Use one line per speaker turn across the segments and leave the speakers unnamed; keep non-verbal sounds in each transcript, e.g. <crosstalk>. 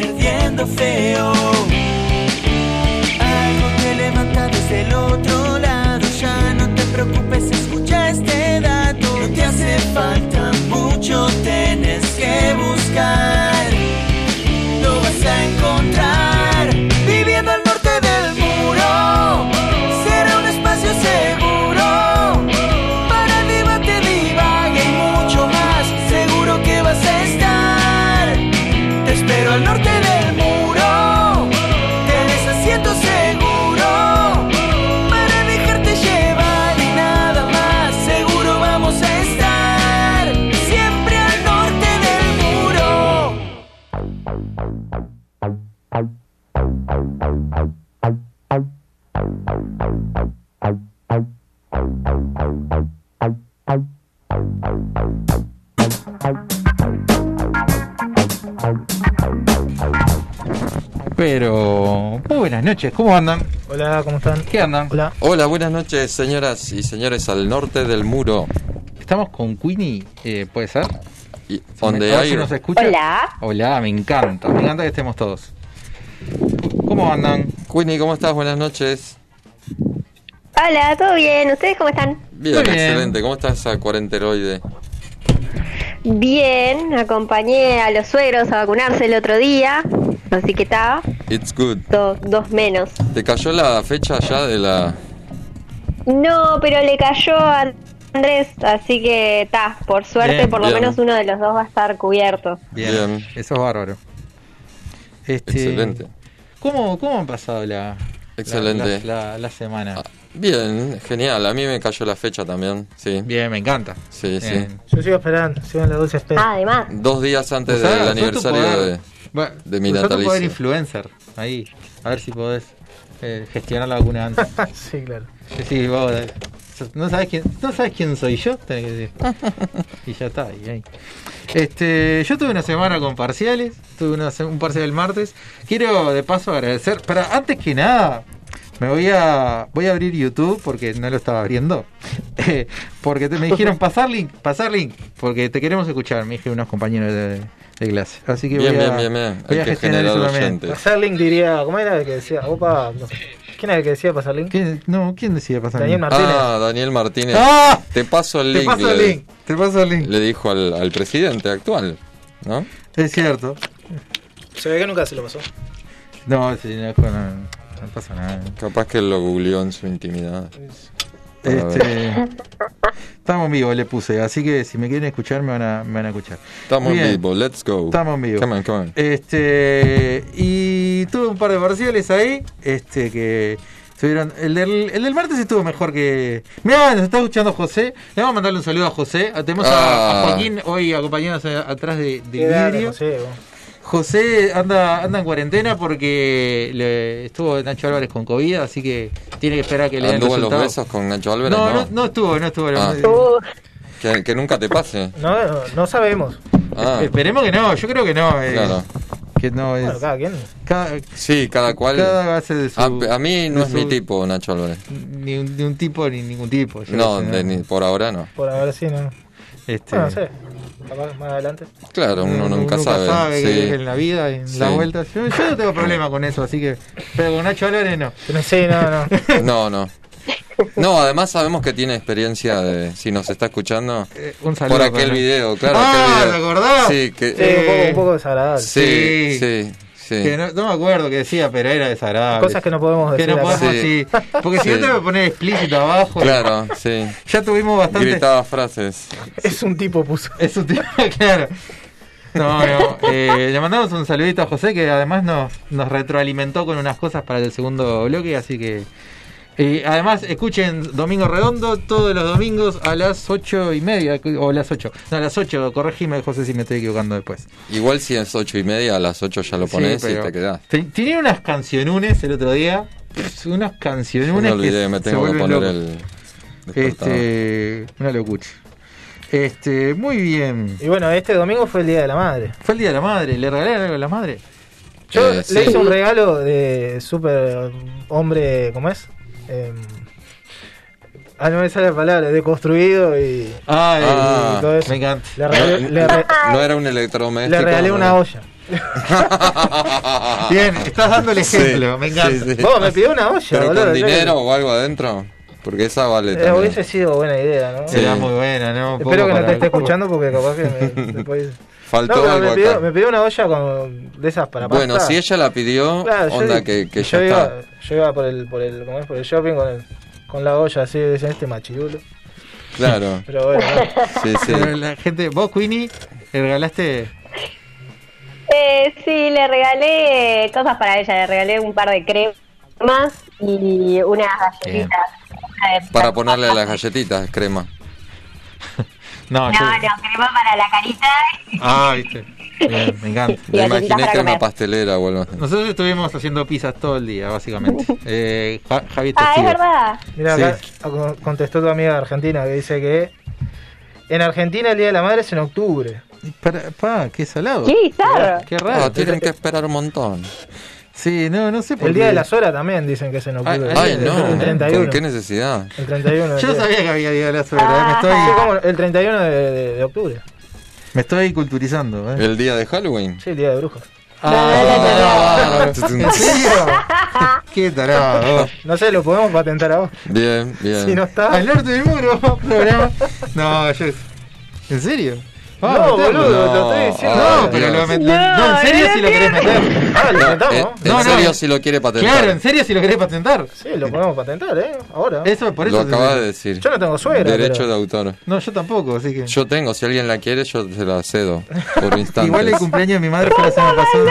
algo feo. Algo que levanta desde el otro lado. Ya no te preocupes, escucha este dato. No te hace falta mucho, tienes que buscar. Lo vas a encontrar viviendo al norte del muro. Será un espacio seguro para el debate, divague y mucho más. Seguro que vas a estar. Te espero al norte del muro. Tienes asiento seguro para dejarte llevar y nada más. Seguro vamos a estar siempre al norte del muro.
Pero muy buenas noches, ¿cómo andan?
Hola, ¿cómo están?
¿Qué andan?
Hola.
Hola, buenas noches, señoras y señores al norte del muro.
Estamos con Queenie, eh, ¿puede ser?
Y
¿Me-
donde
a ver
hay
si nos escucha?
Hola.
Hola, me encanta, me encanta que estemos todos. ¿Cómo andan?
Queenie, ¿cómo estás? Buenas noches.
Hola, ¿todo bien? ¿Ustedes cómo están?
Bien,
Muy bien.
excelente. ¿Cómo estás esa cuarenteroide?
Bien, acompañé a los suegros a vacunarse el otro día, así que estaba
It's good.
do- dos menos.
¿Te cayó la fecha ya de la
No, pero le cayó a Andrés, así que está, por suerte
Bien,
por lo
bien.
menos uno de los dos va a estar cubierto.
Bien.
Eso es bárbaro. Este,
Excelente.
¿cómo, ¿Cómo han pasado la,
Excelente.
la, la- la- la semana?
Ah, Bien, genial. A mí me cayó la fecha también, sí.
Bien, me encanta.
Sí, sí.
Bien.
Yo sigo esperando, sigo en la dulce espera.
Además,
Dos días antes
Usá- usá
del
Pues tu
aniversario
poder-
de...
va-
de mi
usá tu
natalicio.
poder influencer, ahí, a ver si podés eh, gestionar la vacuna antes.
<laughs> sí, claro.
Sí, vos, dale. no sabes quién, no sabes quién soy yo, tenés que decir. Y ya está, y ahí. Este, yo tuve una semana con parciales, tuve una se- un parcial el martes. Quiero de paso agradecer, para antes que nada, me voy a voy a abrir YouTube porque no lo estaba abriendo. <laughs> Eh, porque te- me dijeron pasar link, pasar link, porque te queremos escuchar, me dijeron unos compañeros de, de clase. Así que
Bien,
voy a,
bien, bien, bien.
voy
Hay
a
que
gestionar
generar
eso también.
oyentes.
Pasar link diría, ¿cómo era el que decía? Opa, no sé. ¿Quién era el que decía pasar link?
¿Quién- no, ¿quién decía pasar
Daniel
link?
Martínez.
Ah, Daniel Martínez.
¡Ah!
Te paso el
Te
link.
paso el
le,
link, te paso el link.
le dijo al, al presidente actual, ¿no?
Es cierto.
Se ve que nunca se lo pasó.
No, sí, no, pues, no, no, no pasa nada.
Capaz que lo googleó en su intimidad.
Este, estamos en vivo, le puse. Así que si me quieren escuchar, me van a, me van a escuchar.
Estamos
Bien.
en vivo, let's go.
Estamos en vivo.
Come on, come on.
Este, y tuve un par de parciales ahí. Este, que estuvieron. El del, el del martes estuvo mejor que. Mirá, nos está escuchando José. Le vamos a mandarle un saludo a José. Tenemos a, a
Ah.
Joaquín hoy acompañándonos a- atrás de- del
Qué dale,
vidrio.
José, vos.
José anda, anda en cuarentena porque le, estuvo Nacho Álvarez con COVID, así que tiene que esperar que le den
Ah, Anduvo a los
resultados.
besos con Nacho Álvarez,
no,
¿no?
no, no estuvo, no estuvo.
Ah.
No-
uh,
Que, que nunca
<laughs>
te pase.
No, no, no sabemos.
Ah,
Esperemos que no, yo creo que no. eh,
claro.
Que no es.
Bueno, cada quien.
cada,
Sí, cada cual.
cada hace de su-
Ah, pe- a, mí no
de
es
su-
mi tipo, Nacho Álvarez.
Ni un, ni un tipo ni ningún tipo. yo
No,
qué sé,
de- ni- por ahora no.
Por ahora sí, no.
Este,
Bueno, no sé. Capaz más adelante.
Claro,
Mm,
uno, nunca,
qué
sabe. sí.
es en la vida, en
Sí.
la vuelta. Yo, yo no tengo problema con eso, así que. Pero con Nacho Álvarez no.
Pero sí, no, no.
No, no. No, además sabemos que tiene experiencia de. Si nos está escuchando.
Eh, un saludo.
Por aquel
para-
video, claro.
Ah,
aquel video.
¿te acordás?
Sí, que.
Sí, un poco,
Eh,
un poco desagradable.
sí, sí. sí.
Que no, no me acuerdo que decía, pero era desagradable.
Cosas que no podemos
<laughs> Que
decir.
no
<laughs> acá.
podemos, sí.
Sí.
Porque si
Sí.
no te voy a poner explícito abajo.
Claro, sí.
Ya tuvimos bastante. <laughs>
Gritaba frases.
Es un tipo puso.
Es un tema, <laughs> claro. No, no. eh, le mandamos un saludito a José que además nos, nos retroalimentó con unas cosas para el segundo bloque, así que. eh, además, escuchen Domingo Redondo todos los domingos a las ocho y media, o las ocho, no, a las ocho, corregime José si me estoy equivocando después.
Igual si es ocho y media, a las ocho ya lo pones
Sí, pero
y te quedás.
te- Tenía unas cancionunes el otro día. Pff, unas
Yo
cancionunes.
me
que
olvidé, me
se
tengo que
vuelven
poner
locos.
el. despertador.
Este. Una locucha. Este, muy bien.
Y bueno, este domingo fue el Día de la Madre.
Fue el día de la madre. ¿Le regalaron algo a la madre?
Yo
Eh,
le
sí.
hice un regalo de super hombre, ¿cómo es? Eh, ah, no me sale la palabra, deconstruido y
Ay,
Ah,
todo eso.
me encanta.
le regalé,
No,
le re-
no este era un
le
electrodoméstico.
regalé
no
una
era-
olla.
Bien, estás dando el ejemplo,
Sí,
me encanta.
sí, sí.
Vos, me pidió una olla,
Pero
boludo,
con
yo-
dinero o algo adentro. Porque esa vale
Eh,
también.
hubiese sido buena idea, ¿no?
Sí.
Era muy buena, ¿no? Poco
Espero que no
para-
te esté escuchando porque capaz que
<laughs>
me, después...
Faltó
no, pero
algo
me pidió,
acá.
me pidió una olla con, de esas para
bueno,
pasta.
si ella la pidió,
Claro, yo-
onda que, que
yo
ya
iba,
está.
Yo iba por el, por el, ¿cómo es? por el shopping con, el, con la olla así, decían este machirulo.
Claro,
Pero bueno,
<laughs>
no.
sí,
<laughs>
sí.
Pero la gente, vos, Queenie, le regalaste.
Eh, sí, le regalé eh, cosas para ella. Le regalé un par de cremas y unas
Bien.
galletitas. Una de-
Para ponerle a las galletitas, crema.
No,
No,
yo-
no, crema para la carita.
Ah, viste. Bien, me
<laughs>
encanta.
Y
Me
galletitas
imaginé que
para
era una
comer.
pastelera o algo así.
Nosotros estuvimos haciendo pizzas todo el día,
<laughs>
básicamente. Eh, Ja- Javi es
Ah, es
testigo.
verdad.
Mira,
Sí.
acá con- contestó tu amiga de Argentina que dice que en Argentina el Día de la Madre es en octubre.
Para- pa, qué salado.
Qué bizarro.
Qué raro.
Ah, tienen que esperar un montón.
Sí, no, no sé por
El Día
qué.
de la Sola también dicen que es en octubre.
Ay,
Pues Ay, no.
El 31.
¿Con qué necesidad?
El 31.
Yo no
el día.
sabía que había día de la soledad. Me
Sí,
estoy,
como el 31 de, de- de octubre.
me estoy culturizando. ¿eh?
¿El día de Halloween?
Sí, el Día de Brujos.
Ah,
Ah,
¿En serio? Qué tarado. vos.
<laughs> No sé, lo podemos patentar ahora.
Bien, bien.
Si no está.
Al norte del muro, programa. No, yo. ¿En serio? Vamos a
no,
meterlo.
boludo, lo
Ah, No,
estoy diciendo.
No,
Ay,
pero
Dios.
lo met-
No,
No, en serio
no
si lo querés meter.
Ah, lo
Eh,
intentamos.
en
No, no.
serio, si lo quiere patentar.
Claro, en serio si lo querés patentar.
Sí, lo podemos patentar, ¿eh? Ahora.
Eso, por
lo
eso.
acaba de decir.
Yo no tengo suegra.
Derecho
pero-
de autor.
No, yo tampoco, así que.
Yo tengo, si alguien la quiere, yo se la cedo. Por instantes.
Igual el cumpleaños de mi madre fue la semana pasada.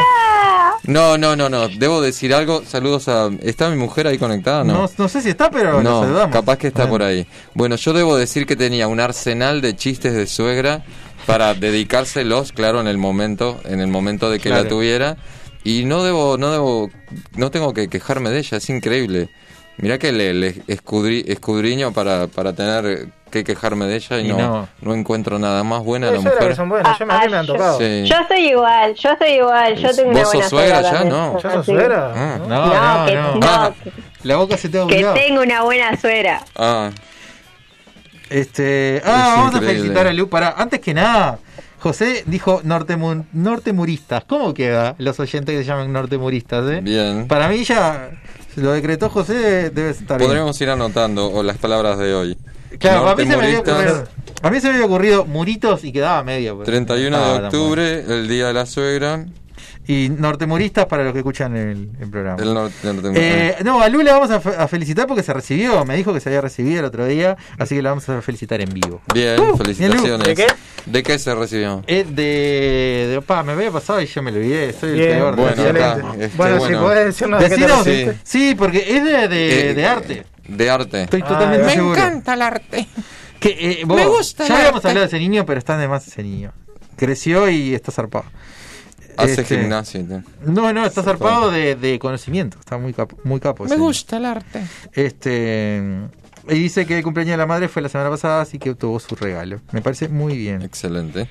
No, no, no, no. Debo decir algo. Saludos a. ¿Está mi mujer ahí conectada?
No, no sé si está, pero nos
No,
saludamos.
capaz que está por ahí. Bueno, yo debo decir que tenía un arsenal de chistes de suegra
<laughs>
para dedicárselos, claro, en el momento, en el momento de que la
Claro.
tuviera. Y no debo, no debo, no tengo que quejarme de ella, es increíble. Mirá que le, le escudri- escudriño para, para tener que quejarme de ella y,
Y
no, no.
no.
encuentro nada más buena
Hay
de la
suegras que
mujer.
son buenas. Yo me, a mí me han
Ah, yo-
tocado.
Sí.
Yo soy igual, yo soy igual, yo tengo una
¿Vos
buena
sos suegra ya?
también.
No.
¿Ya sos
Sí.
suegra?
Ah.
¿no?
No,
No,
no,
que,
no.
no,
Ah.
que-
La boca se te ha
que
obligado.
tengo una buena suegra.
Ah,
Este,
Es
ah, vamos
increíble.
a felicitar a Lu. Para, antes que nada, José dijo nortemu- nortemuristas. ¿Cómo queda los oyentes que se llaman nortemuristas? eh?
bien.
Para mí ya lo decretó José, debe estar bien.
Podríamos ir anotando o las palabras de hoy.
Claro, a mí, se me había
Nortemuristas,
ocurrido, a mí se me había ocurrido muritos y quedaba medio. pues. pero
31
no
de
estaba tan bueno.
octubre, el día de la suegra.
Y nortemuristas para los que escuchan el, el programa.
El norte, el norte-
Eh, no, a Lu la vamos a, fe- a felicitar porque se recibió. Me dijo que se había recibido el otro día, así que la vamos a felicitar en vivo.
Bien,
Uh, bien,
felicitaciones.
Lu.
¿De qué?
¿De qué se recibió?
Eh, de, de- pa, me había pasado y yo me lo olvidé. Soy el
Bien,
peor. de
Bueno,
la ciudad.
acá,
excelente.
este,
bueno, si
bueno.
podés decirnos de qué te
Decinos,
resiste.
sí, porque es de, de-
Eh,
de arte.
De arte.
Estoy
Ah,
totalmente
me
seguro.
el arte.
Que, eh, vos,
Me gusta
Ya
el
habíamos
arte.
hablado de ese niño, pero está de más ese niño. Creció y está zarpado.
Hace
Este,
gimnasia. te-
No, no, está zarpado de, de conocimiento. Está muy capo. Muy capo ese
Me
niño.
gusta el arte.
Este. Y dice que el cumpleaños de la madre fue la semana pasada, así que obtuvo su regalo. Me parece muy bien.
Excelente.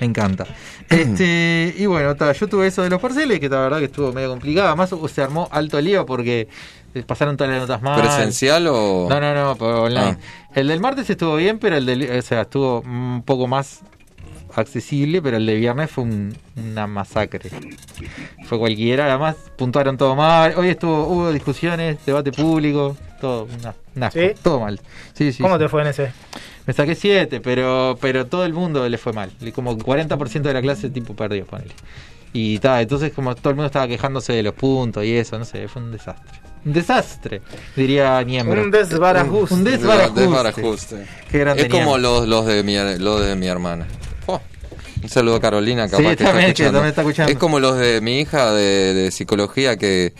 Me encanta. <clears throat> Este, y bueno, ta, yo tuve eso de los parceles, que la verdad que estuvo medio complicado. Además, u- se armó alto lío porque eh, pasaron todas las notas mal.
¿Presencial o...?
No, no, no, por online.
Ah.
El del martes estuvo bien, pero el del. O sea, estuvo un poco más accesible, pero el de viernes fue un- una masacre. Fue cualquiera, además puntuaron todo mal. Hoy estuvo hubo discusiones, debate público, todo una, un asco,
¿Sí?
todo mal. Sí, sí.
¿Cómo
sí.
te fue en ese?
Me saqué 7, pero, pero todo el mundo le fue mal. Le- Como 40% de la clase tipo perdió, ponele. Y ta, entonces como todo el mundo estaba quejándose de los puntos y eso, no sé, fue un desastre. Un desastre, diría Niembro.
Un desbarajuste.
Un
De-
desbarajuste.
desbarajuste.
Qué grande
Es como
Niembro.
los, los, de mi, los de mi hermana. Oh, Un saludo a Carolina, capaz
Sí,
que, está
también, que
escuchando.
también está escuchando.
Es como los de mi hija de, de psicología que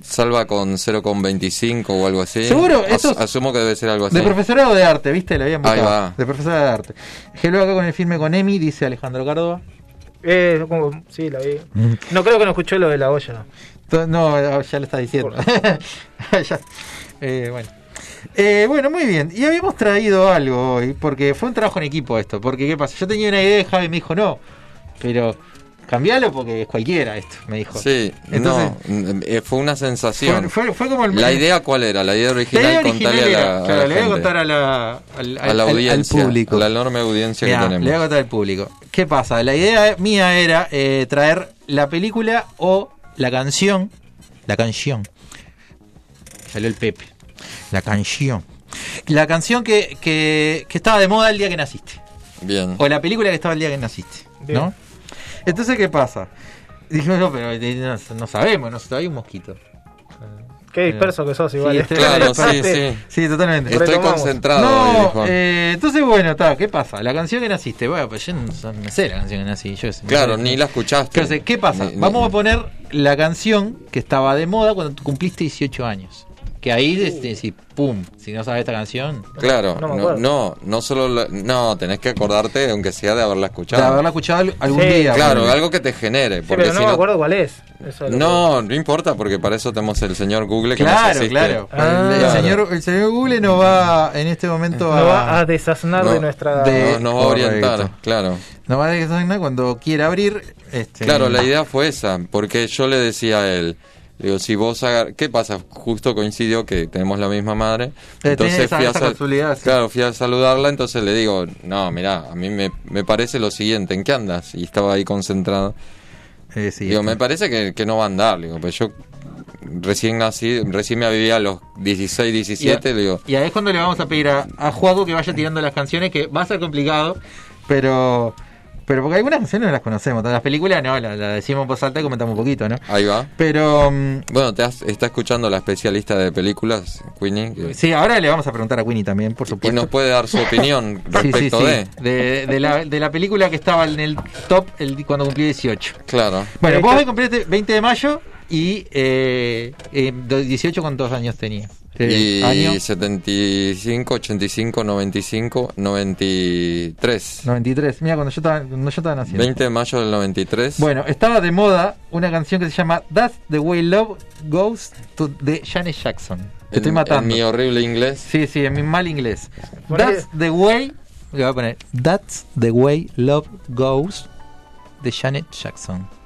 salva con 0,25 o algo así.
Seguro,
As-
esos-
asumo que debe ser algo así.
De profesorado de arte, ¿viste? La habían
Ahí
buscado.
va.
De profesorado de arte. Hello acá con el filme con Emi, dice Alejandro Cardova.
Eh, como- sí, la vi. No creo que no escuchó lo de la olla.
To- No, ya lo estás diciendo. <laughs> Ya. Eh, bueno. Eh, bueno, muy bien. Y habíamos traído algo hoy, porque fue un trabajo en equipo esto. Porque, ¿qué pasa? Yo tenía una idea y Javi me dijo no. Pero, cambialo porque es cualquiera esto, me dijo.
Sí,
Entonces-
no, mm, eh, fue una
Fue,
sensación.
fue- fue como el.
¿La idea cuál era? La idea
La
original,
idea original
contale a
era.
la,
claro,
a la
le voy a
gente,
contar a la, al,
a la
al- al
audiencia,
público.
a la enorme audiencia
Mirá,
que tenemos.
Le voy a contar al público. ¿Qué pasa? La idea mía era eh, traer la película o la canción. La canción. Salió el Pepe. La canción. La canción que, que, que estaba de moda el día que naciste.
Bien.
O la película que estaba el día que naciste.
Bien.
¿No? Entonces, ¿qué pasa? Dijo, no, pero eh, no, no sabemos, no hay un mosquito.
Qué disperso que sos igual.
Sí, este,
eh.
estoy-
Claro, sí,
Aparte,
sí.
Sí,
este
totalmente.
Estoy
Retomamos.
concentrado hoy,
No,
dijo.
eh, entonces bueno, está, ¿qué pasa? La canción que naciste, bueno, pues yo no, sé- no sé la canción que nací, yo sé-
claro,
no-
ni la escuchaste.
Claro, sé, ¿Qué pasa?
Ni- ni-
Vamos a poner la canción que estaba de moda cuando tú cumpliste 18 años. Que ahí
Uh.
des- decís, pum, si no sabes esta canción,
Claro,
No me
no,
acuerdo.
no, no solo. la- no, tenés que acordarte, aunque sea de haberla escuchado.
de haberla escuchado al- algún
Sí,
día.
Claro,
bueno.
algo que te genere.
Sí,
Porque
pero no
si
me
no,
acuerdo cuál es. Eso es lo
no, no importa, porque para eso tenemos el señor Google que nos
Claro,
asiste.
claro.
Ah.
el, el
Claro.
señor, el señor Google nos va en este
que-
momento
Nos va a desaznar
No,
de nuestra.
de-
Nos, nos va a orientar,
eh, Correcto.
claro.
nos va a designar cuando quiera abrir. Este,
Claro, la idea fue esa, porque yo le decía a él, le digo, si vos agar- ¿qué pasa? Justo coincidió que tenemos la misma madre,
tiene
entonces
Eh, esa-
fui a,
esa
sal-
casualidad, sí.
claro, fui a saludarla, entonces le digo, no, mirá, a mí me, me parece lo siguiente, ¿en qué andas? Y estaba ahí concentrado.
Eh, sí,
digo,
está.
me parece que, que no va a andar, digo, pues yo recién nací, recién me había a los 16, 17, le digo,
Y ahí es cuando le vamos a pedir a, a Juaco que vaya tirando las canciones, que va a ser complicado, pero pero porque algunas canciones no las conocemos, las películas no, las la decimos en voz alta y comentamos un poquito, ¿no?
ahí va.
Pero mm,
Bueno, te has- está escuchando la especialista de películas, Queenie, que-
sí, ahora le vamos a preguntar a Winnie también, por
y nos
supuesto.
puede dar su opinión
<laughs> Sí, sí,
respecto
sí,
de...
de, de la, de la película que estaba en el top el, cuando cumplí 18.
Claro.
Bueno,
Eh,
vos
yo-
hoy cumpliste 20 de mayo y eh, eh, do- 18 cuántos años tenías. Eh,
Y
año
75, 85, 95, 93.
93. Mira, cuando yo estaba, cuando yo estaba naciendo.
20 de mayo del 93.
Bueno, estaba de moda una canción que se llama That's the Way Love Goes to- de Janet Jackson. Te
En-
estoy matando.
En mi horrible inglés.
Sí, sí, en mi mal inglés.
Por ahí-
That's the way. Le voy a poner That's the way love goes de Janet Jackson. <laughs>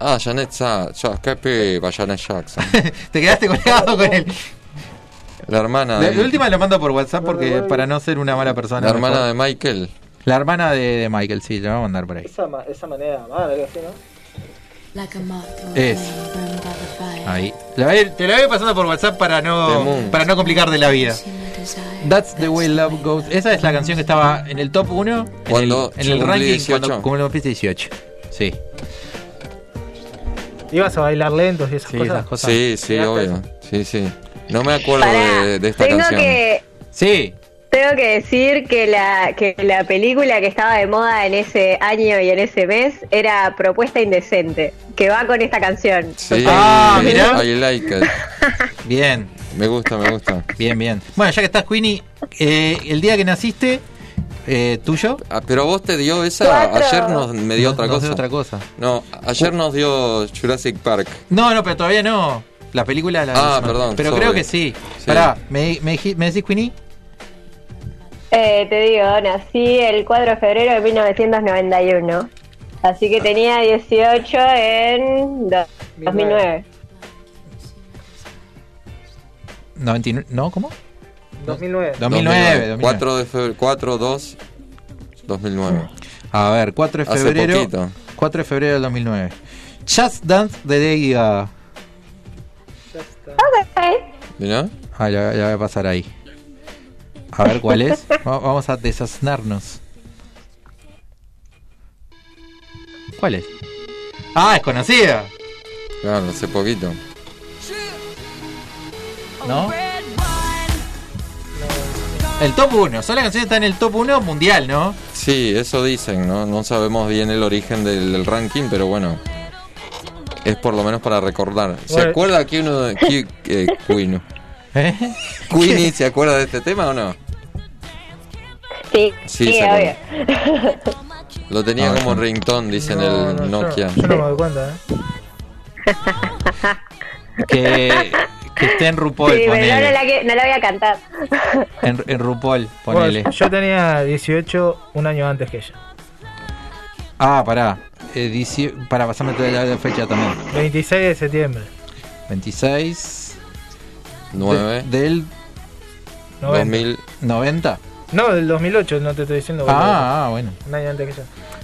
Ah, Janet Sa, ya, qué piba, Janet Jackson.
Te quedaste colgado con él.
La hermana
La,
de,
la última lo mando por WhatsApp porque para no ser una mala persona.
la hermana
mejor.
de Michael.
la hermana de, de Michael, sí, la vamos a mandar por ahí.
Esa, ma- esa manera de amar, algo así, ¿no?
Es. Ahí. La voy- te la voy pasando por WhatsApp para no
Temón.
para no complicarte la vida. That's the way love goes. Esa es la canción que estaba en el top 1
Cuando
en el, en el
cumplí
ranking
18.
cuando cumpliste 18. Sí,
Ibas a bailar lentos y esas
sí,
cosas.
esas cosas.
Sí, sí,
Mirá,
obvio. Sí, sí. No me acuerdo
Pará,
de, de esta
tengo
canción.
que
Sí,
tengo que decir que la que la película que estaba de moda en ese año y en ese mes era Propuesta indecente, que va con esta canción.
Sí,
Ah, mirá.
I like it.
bien,
Me gusta, me gusta.
bien, bien. Bueno, ya que estás, Queenie, eh, el día que naciste, eh, tuyo.
Ah, pero vos te dio esa.
Cuatro.
Ayer nos, me dio
No,
otra
no sé
cosa.
otra cosa.
No, ayer nos dio Jurassic Park.
No, no, pero todavía no. La película la
Ah,
no.
perdón,
Pero
sorry.
creo que sí.
Sí.
Pará, ¿me, me, dij- me decís, Queenie?
Eh, te digo, nací el 4 de febrero de 1991. Así que tenía 18 en do- 2009.
99, ¿No? ¿Cómo?
2009.
2009. 2009.
4 de febrero, 4, 2, 2009.
A ver, 4 de
Hace
febrero.
poquito.
4 de febrero del 2009. Just Dance de Lady Gaga.
¿Mirá?
Ah, ya, ya voy a pasar ahí. A ver cuál es.
<laughs>
Va- Vamos a desasnarnos. ¿Cuál es? Ah, es conocida.
Claro, hace poquito.
¿No? El top 1. Solo la canción está en el top 1 mundial, ¿no?
Sí, eso dicen, ¿no? No sabemos bien el origen del, del ranking, pero bueno. Es por lo menos para recordar. ¿Se
Bueno.
acuerda que uno de. que- eh,
<laughs>
Queen.
¿Eh?
Queenie, ¿se acuerda de este tema o no?
Sí,
Sí,
sí,
se
obvio.
Lo tenía
No,
como
no.
ringtone, dicen
No, no,
el
yo-
Nokia.
Yo, no me doy cuenta, ¿eh?
Que, que esté en RuPaul,
Sí, pero no, no
ponele.
la, que- no la voy a cantar.
En, en RuPaul, ponele.
Pues.
Bueno, yo tenía 18 un año antes que ella.
Ah, pará. Eh, dieci- pará, pasame toda la la fecha también.
26 de septiembre.
26 de-
9,
del
No,
2000.
90.
no, del 2008, no te estoy diciendo. boludo.
Ah, ah, bueno.
Un año antes que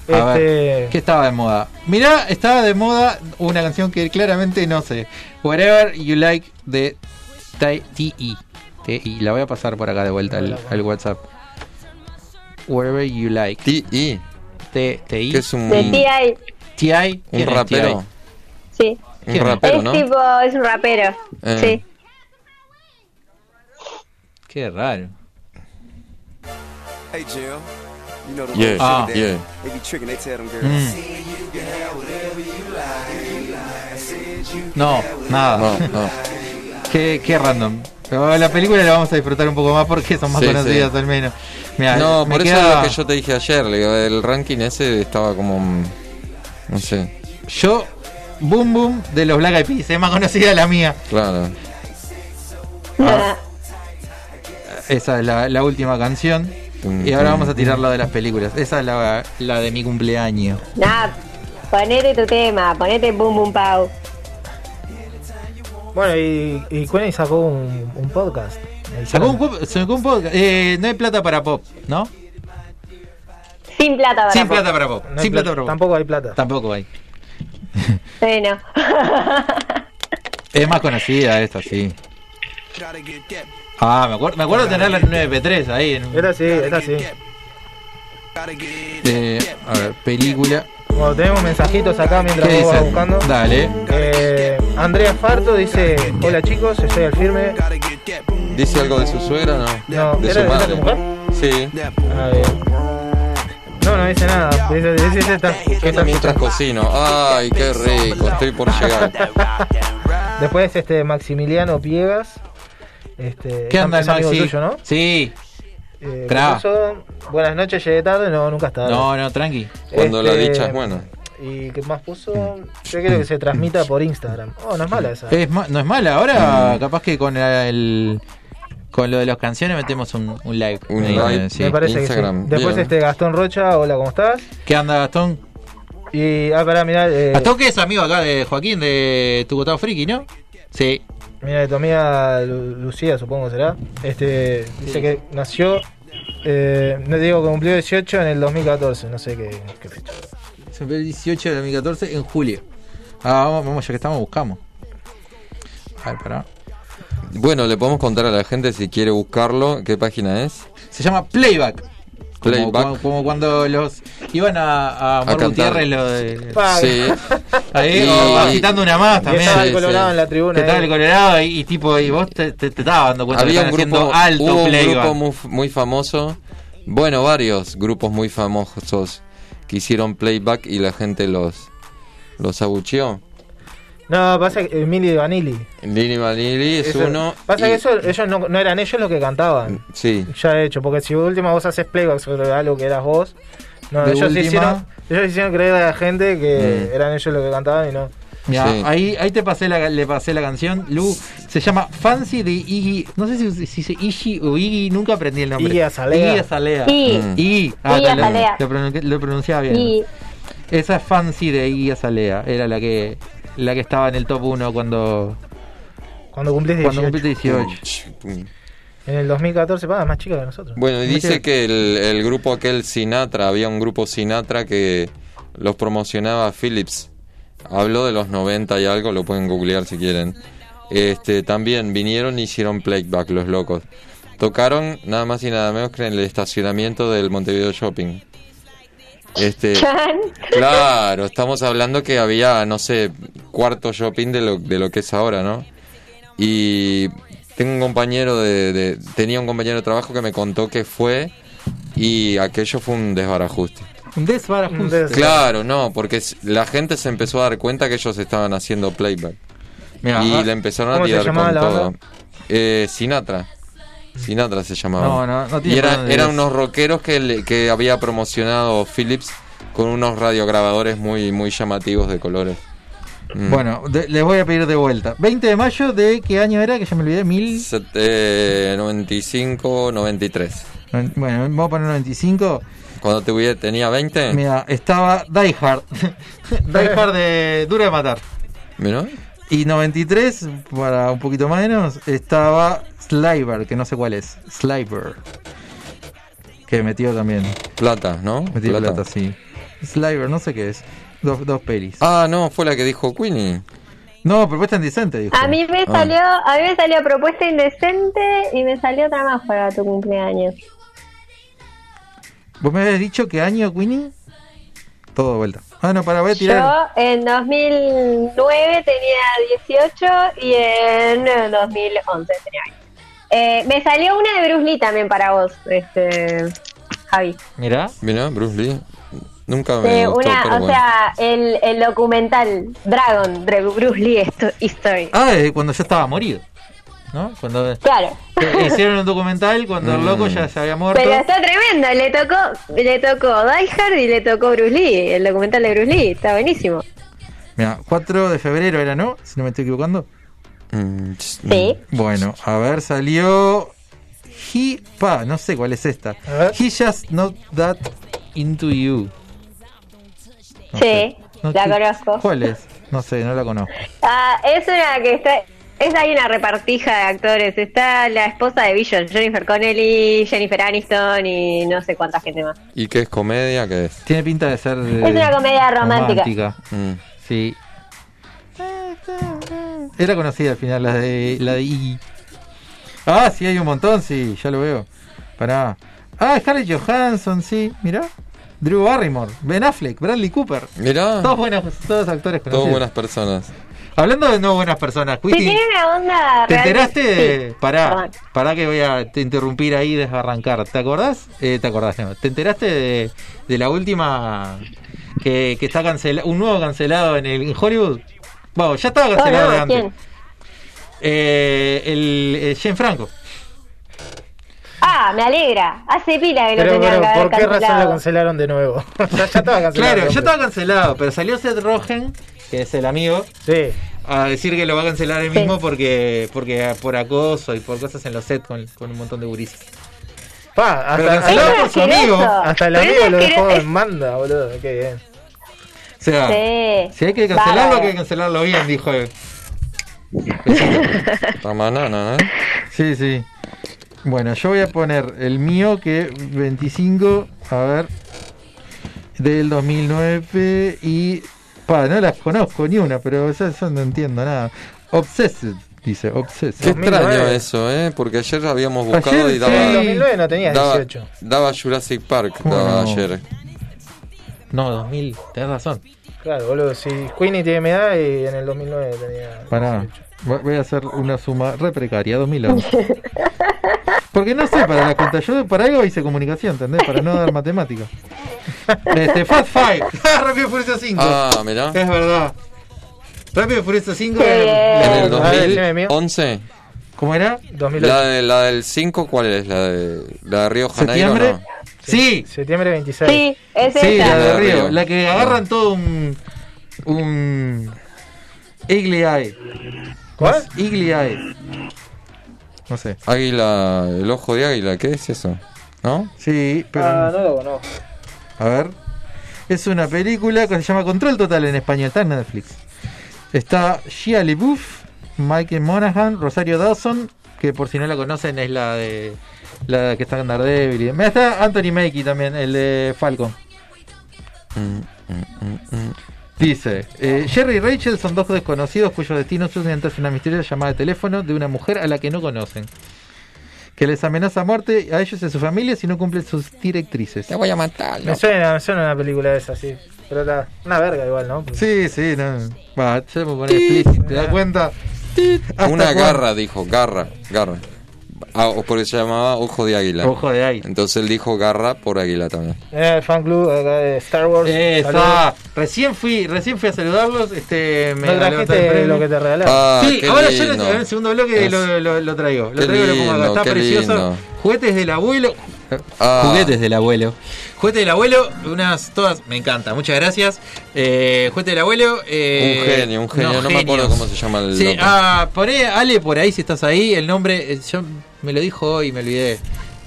ella.
A ver,
Este,
¿qué estaba de moda? Mirá, estaba de moda una canción que claramente no sé. Whatever You Like de T.I. T.I. La voy a pasar por acá de vuelta al, al WhatsApp. Whatever You Like.
T.I.
T- T.I.
Que es un,
De T.I.
T.I. ¿Quién
un
es
rapero.
Sí.
Un
¿Quién es?
rapero,
es
¿no?
tipo, es un rapero.
Eh.
T.I.?
Sí.
Qué raro.
Hey Jill, you know the
Yeah,
yeah,
Ah,
yeah.
They be tricking, they tell them girls.
Mm. No, nada.
No, no.
Qué, qué random. Pero la película la vamos a disfrutar un poco más porque son más
Sí,
conocidas
sí.
al menos. Mirá,
No,
Ah, me
por eso
queda-
es lo que yo te dije ayer. le digo, El ranking ese estaba como. mm, No sé,
Yo, Boom Boom de los Black Eyed Peas, es más conocida la mía.
claro. Ah.
Esa es la, la última canción.
Tum,
Y ahora
tum.
vamos a tirar la de las películas. Esa es la, la de mi cumpleaños.
Nada, ponete tu tema, ponete Boom Boom Pau.
Bueno, y, y Queen sacó un, un podcast. Ahí
Sacó un,
sacaron-
pop- sacó un podcast. Eh, no hay plata para pop, ¿no?
Sin plata para
Sin
vos.
plata para pop.
no hay
Sin
plata-
plata para pop.
Tampoco hay plata.
Tampoco hay.
Bueno. <laughs>
Es más conocida esta, sí. Ah, me acuerdo, me acuerdo tenerla en 9P3 ahí. En,
Esta sí, esta sí.
eh, a ver, película.
Bueno, tenemos mensajitos acá mientras
¿Qué
vos vas
dicen?
buscando.
Dale.
Eh, Andrea Farto dice: Hola chicos, estoy al firme.
¿Dice algo de su suegra no?
No,
De
¿era
su
de
madre.
tu mujer?
Sí.
A ver. No, no dice nada. Dice, dice, dice esta- que esta-
Mientras cocino. Ay, qué rico. Estoy por llegar.
Después este Maximiliano Piegas. Este,
¿Qué
es
anda el
amigo
Maxi?
tuyo, ¿no?
Sí.
Eh,
Tra.
puso, Buenas noches, llegué tarde. No, nunca está tarde.
No, no, tranqui.
Cuando la
Este,
dicha Mm. es buena.
¿Y qué más puso? Yo quiero que se transmita por Instagram. Oh, no es mala esa.
Es ma- no es mala. Ahora, capaz que con el. Con lo de las canciones metemos un, un live.
Un
Eh,
live.
sí.
Me parece que
Instagram,
sí. Después
bien.
este Gastón Rocha, hola, ¿cómo estás?
¿Qué anda, Gastón?
Y, ah, pará, mirá, eh,
Gastón, que es amigo acá de Joaquín, de tu Gotado Friki, ¿no? Sí.
mirá, de tu amiga Lu- Lucía, supongo será. Este, dice que nació, eh, no digo que cumplió 18 en el 2014, no sé qué, qué fecha.
Se fue el 18 de 2014 en julio. Ah, vamos, vamos, ya que estamos, buscamos. A ver, pará.
Bueno, le podemos contar a la gente si quiere buscarlo. ¿Qué página es?
Se llama Playback. Como-
Playback.
Como, como cuando los iban a, a Amor
cantar.
Gutiérrez lo de-
Pa,
Sí.
<laughs> ahí
Y-
o agitando una más
que
también.
estaba el
sí,
Colorado
sí.
en la
Que
tribuna.
estaba el
eh.
Colorado y, y tipo, y vos te, te, te estabas dando cuenta
Había
que
un
estaban
grupo,
haciendo
hubo
alto
un
Playback.
grupo muy, muy famoso. Bueno, varios grupos muy famosos que hicieron playback y la gente los, los abucheó.
No, pasa que Emilio Vanilli.
Lili Vanilli es
Eso-
uno.
Pasa
y-
que eso, ellos no, no eran ellos los que cantaban.
Sí.
Ya he hecho, porque si última vos haces playback sobre algo que eras vos, no,
De
ellos
última- Mm.
hicieron, ellos hicieron creer a la gente que eran ellos los que cantaban y no.
Mirá,
Sí.
ahí, ahí te pasé la, le pasé la canción, Lu. Se llama Fancy de Iggy. No sé si si se dice Iggy o Iggy, nunca aprendí el nombre.
Iggy Azalea.
Iggy Azalea.
Sí.
Mm.
Iggy. Ah,
Iggy
tal vez.
Azalea.
Lo, pronun- lo pronunciaba bien.
Y
Esa es Fancy de Iggy Azalea. Era la que la que estaba en el top 1 cuando,
Cuando cumplís 18.
cuando cumpliste 18.
En el 2014, pa, más chica que nosotros.
Bueno, y
Muchas-
dice que el, el grupo aquel Sinatra, había un grupo Sinatra que los promocionaba Philips. Habló de los 90 y algo, lo pueden googlear si quieren. Este, también vinieron y hicieron playback, los locos. Tocaron nada más y nada menos que en el estacionamiento del Montevideo Shopping. Este,
Chan.
Claro, estamos hablando que había, no sé, cuarto shopping de lo, de lo que es ahora, ¿no? Y tengo un compañero de, de- Tenía un compañero de trabajo que me contó que fue y aquello fue un desbarajuste.
Un desbarajuste.
Mm. Un des-
Claro, no, porque s- la gente se empezó a dar cuenta que ellos estaban haciendo playback.
Mirá, ah,
y le empezaron a
¿Cómo se
tirar
llamaba
con
la
todo.
banda?
Eh, Sinatra. Sinatra se llamaba.
No, no, no tiene
Y
por
era,
dónde
eran
es.
unos rockeros que, le- que había promocionado Philips con unos radiograbadores muy, muy llamativos de colores. Mm.
Bueno, de- les voy a pedir de vuelta. 20 de mayo de qué año era, que ya me olvidé, mil...
Set- eh, 95, 93.
Bueno, vamos a poner 95.
Cuando te hubiera- tenía 20, mira.
Mira, estaba Die Hard. <laughs> Die Hard de Duro de Matar. Y 93, para un poquito menos, estaba Sliver, que no sé cuál es. Sliver. Que metió también.
plata, ¿no?
Metió plata, sí. Sliver, no sé qué es. Dos, dos pelis.
Ah, no, fue la que dijo Queenie.
No, propuesta indecente, dijo.
A mí me
Ah.
salió, a mí me salió propuesta indecente y me salió otra más para tu cumpleaños.
¿Vos me habías dicho qué año, Queenie? Todo de vuelta. Ah, no, para, voy a tirar.
Yo en 2009 tenía 18 y en eh, 2011 tenía 20. Eh, me salió una de Bruce Lee también para vos, este, Javi.
Mirá.
Mirá, Bruce Lee. Nunca me
Eh,
gustó,
una,
pero
o
bueno.
sea, el, el documental Dragon de Bruce Lee esto- History.
Ah, desde cuando ya estaba morido. ¿No? Cuando eh,
Claro.
hicieron un documental cuando el loco ya se había muerto.
Pero está tremendo, le tocó, le tocó Die Hard y le tocó Bruce Lee, el documental de Bruce Lee, está buenísimo.
Mira, 4 de febrero era, ¿no? Si no me estoy equivocando.
Mm, ch-
Sí.
Bueno, a ver, salió. He. Pa, no sé cuál es esta.
A ver.
He just not that into you. No
Sí,
sé.
la
sé-
conozco.
¿Cuál es? No sé, no la conozco.
Ah, es una que está. Es ahí una repartija de actores. Está la esposa de Vision, Jennifer Connelly, Jennifer Aniston y no sé cuánta gente más.
¿Y qué es comedia? ¿Qué es?
Tiene pinta de ser. eh,
una comedia romántica.
Mm.
Sí. Era conocida al final la de la de Iggy. Ah, sí, hay un montón, sí, ya lo veo. Pará. Ah, Scarlett Johansson, sí, mirá. Drew Barrymore, Ben Affleck, Bradley Cooper.
Mirá,
Todos buenos, todos actores
todas
conocidos.
buenas
<laughs>
personas.
Hablando de no buenas personas,
Sí,
Quitty,
tiene una onda.
¿te
realmente-
enteraste de...
sí,
Pará,
perdón.
pará que voy a te interrumpir ahí y desbarrancar. ¿Te acordás? Eh, ¿Te acordás? no. ¿Te enteraste de, de la última que, que está cancelado, un nuevo cancelado en, el, en Hollywood? Bueno, ya estaba
Oh,
cancelado
no,
de antes.
¿quién?
Eh, el, eh, Jane Franco.
Ah, me alegra. Hace pila que lo
Pero,
tenían
pero,
que haber
¿por qué razón
cancelado.
lo cancelaron de nuevo? <laughs> O sea, ya estaba cancelado.
Claro, ya
hombre.
estaba cancelado, pero salió Seth Rogen, que es el amigo,
Sí.
a decir que lo va a cancelar él
Sí.
mismo porque porque ah, por acoso y por cosas en los sets con, con un montón de gurises.
Pa,
Pero
hasta,
Es
cancelado
hasta,
por su amigo.
asqueroso.
hasta el
Pero es
amigo lo
asqueroso,
dejó
es-
en manda, boludo. Qué bien.
O sea,
Sí.
si hay que cancelarlo,
Bárbaro.
hay que cancelarlo bien, dijo él.
Ramanana, ¿eh?
Sí, sí. Bueno, yo voy a poner el mío que 25, a ver, del 2009 y... Pa, no las conozco ni una, pero yo, yo no entiendo nada. Obsessed, dice,
Qué
Obsessed.
2009.
extraño eso, ¿eh? Porque ayer habíamos buscado
Ayer,
y
sí.
En
daba,
2009 no tenía
daba,
18.
daba Jurassic Park
¿Cómo
daba
no?
ayer.
No, 2000, tenés razón.
Claro, boludo. Si Queenie tiene mi edad y en el 2009 tenía
Pará,
18.
vo- voy a hacer una suma re precaria, 2011. <laughs> Porque no sé, para la cuenta, yo para algo hice comunicación, ¿entendés? Para no dar <laughs> matemáticas. Este, Fast <laughs> Five, Rápido y Furioso 5.
Ah, mirá.
Es verdad. Rápido y Furioso 5.
Qué
En el
bien.
A ver, decime, mío.
2011.
¿Cómo era?
2008.
La, de, la del 5, ¿cuál es? ¿La de, la de Río Janeiro?
¿Septiembre?
No.
Sí,
Septiembre 26.
Sí, es
sí, la
esa.
de
La de
Río.
Río.
La que agarran todo un. Un. Eagle Eye.
¿Cuál?
Eagle Eye. No sé.
Águila, el ojo de águila, ¿qué es eso? ¿No?
Sí, pero.
Ah, no lo conozco.
A ver. Es una película que se llama Control Total en español. Está en Netflix. Está Shia LeBouf, Michael Monaghan, Rosario Dawson, que por si no la conocen es la de la que está en Daredevil. y- Mirá, está Anthony Mackie también, el de Falcon.
Mm, mm, mm, mm.
Dice, eh, Jerry y Rachel son dos desconocidos cuyos destinos suceden ante una misteriosa llamada de teléfono de una mujer a la que no conocen. Que les amenaza muerte a ellos y a su familia si no cumplen sus directrices.
Te voy a matar.
Me suena, me suena una película de esa, sí. Pero está una verga igual, ¿no?
Sí, sí, no. Va, ya me pone explícito, ¿te das cuenta? Hasta
Una
cuando-
garra, dijo, garra, garra. Ah, o porque se llamaba ojo de águila.
Ojo de ahí.
Entonces él dijo garra por águila también.
Eh, el fan club acá de Star Wars. Saludos.
Esa. Recién fui, recién fui a saludarlos. Este, me
No
regaló tal
trajiste
premio.
lo que te regalaron.
Ah,
sí,
qué
ahora yo
lindo.
en el segundo bloque
Es-
lo, lo- lo traigo. Lo
Qué
traigo, lo pongo acá.
lindo,
Está
qué
precioso.
lindo.
Juguetes del abuelo.
Ah.
Juguetes del abuelo. Juguetes del abuelo, unas todas, me encanta, muchas gracias. Eh, juguete del abuelo. eh,
Un genio, un genio, no me acuerdo cómo se llama el
Sí,
loco.
ah, poné, Ale, por ahí si estás ahí, el nombre, eh, yo me lo dijo hoy, me olvidé.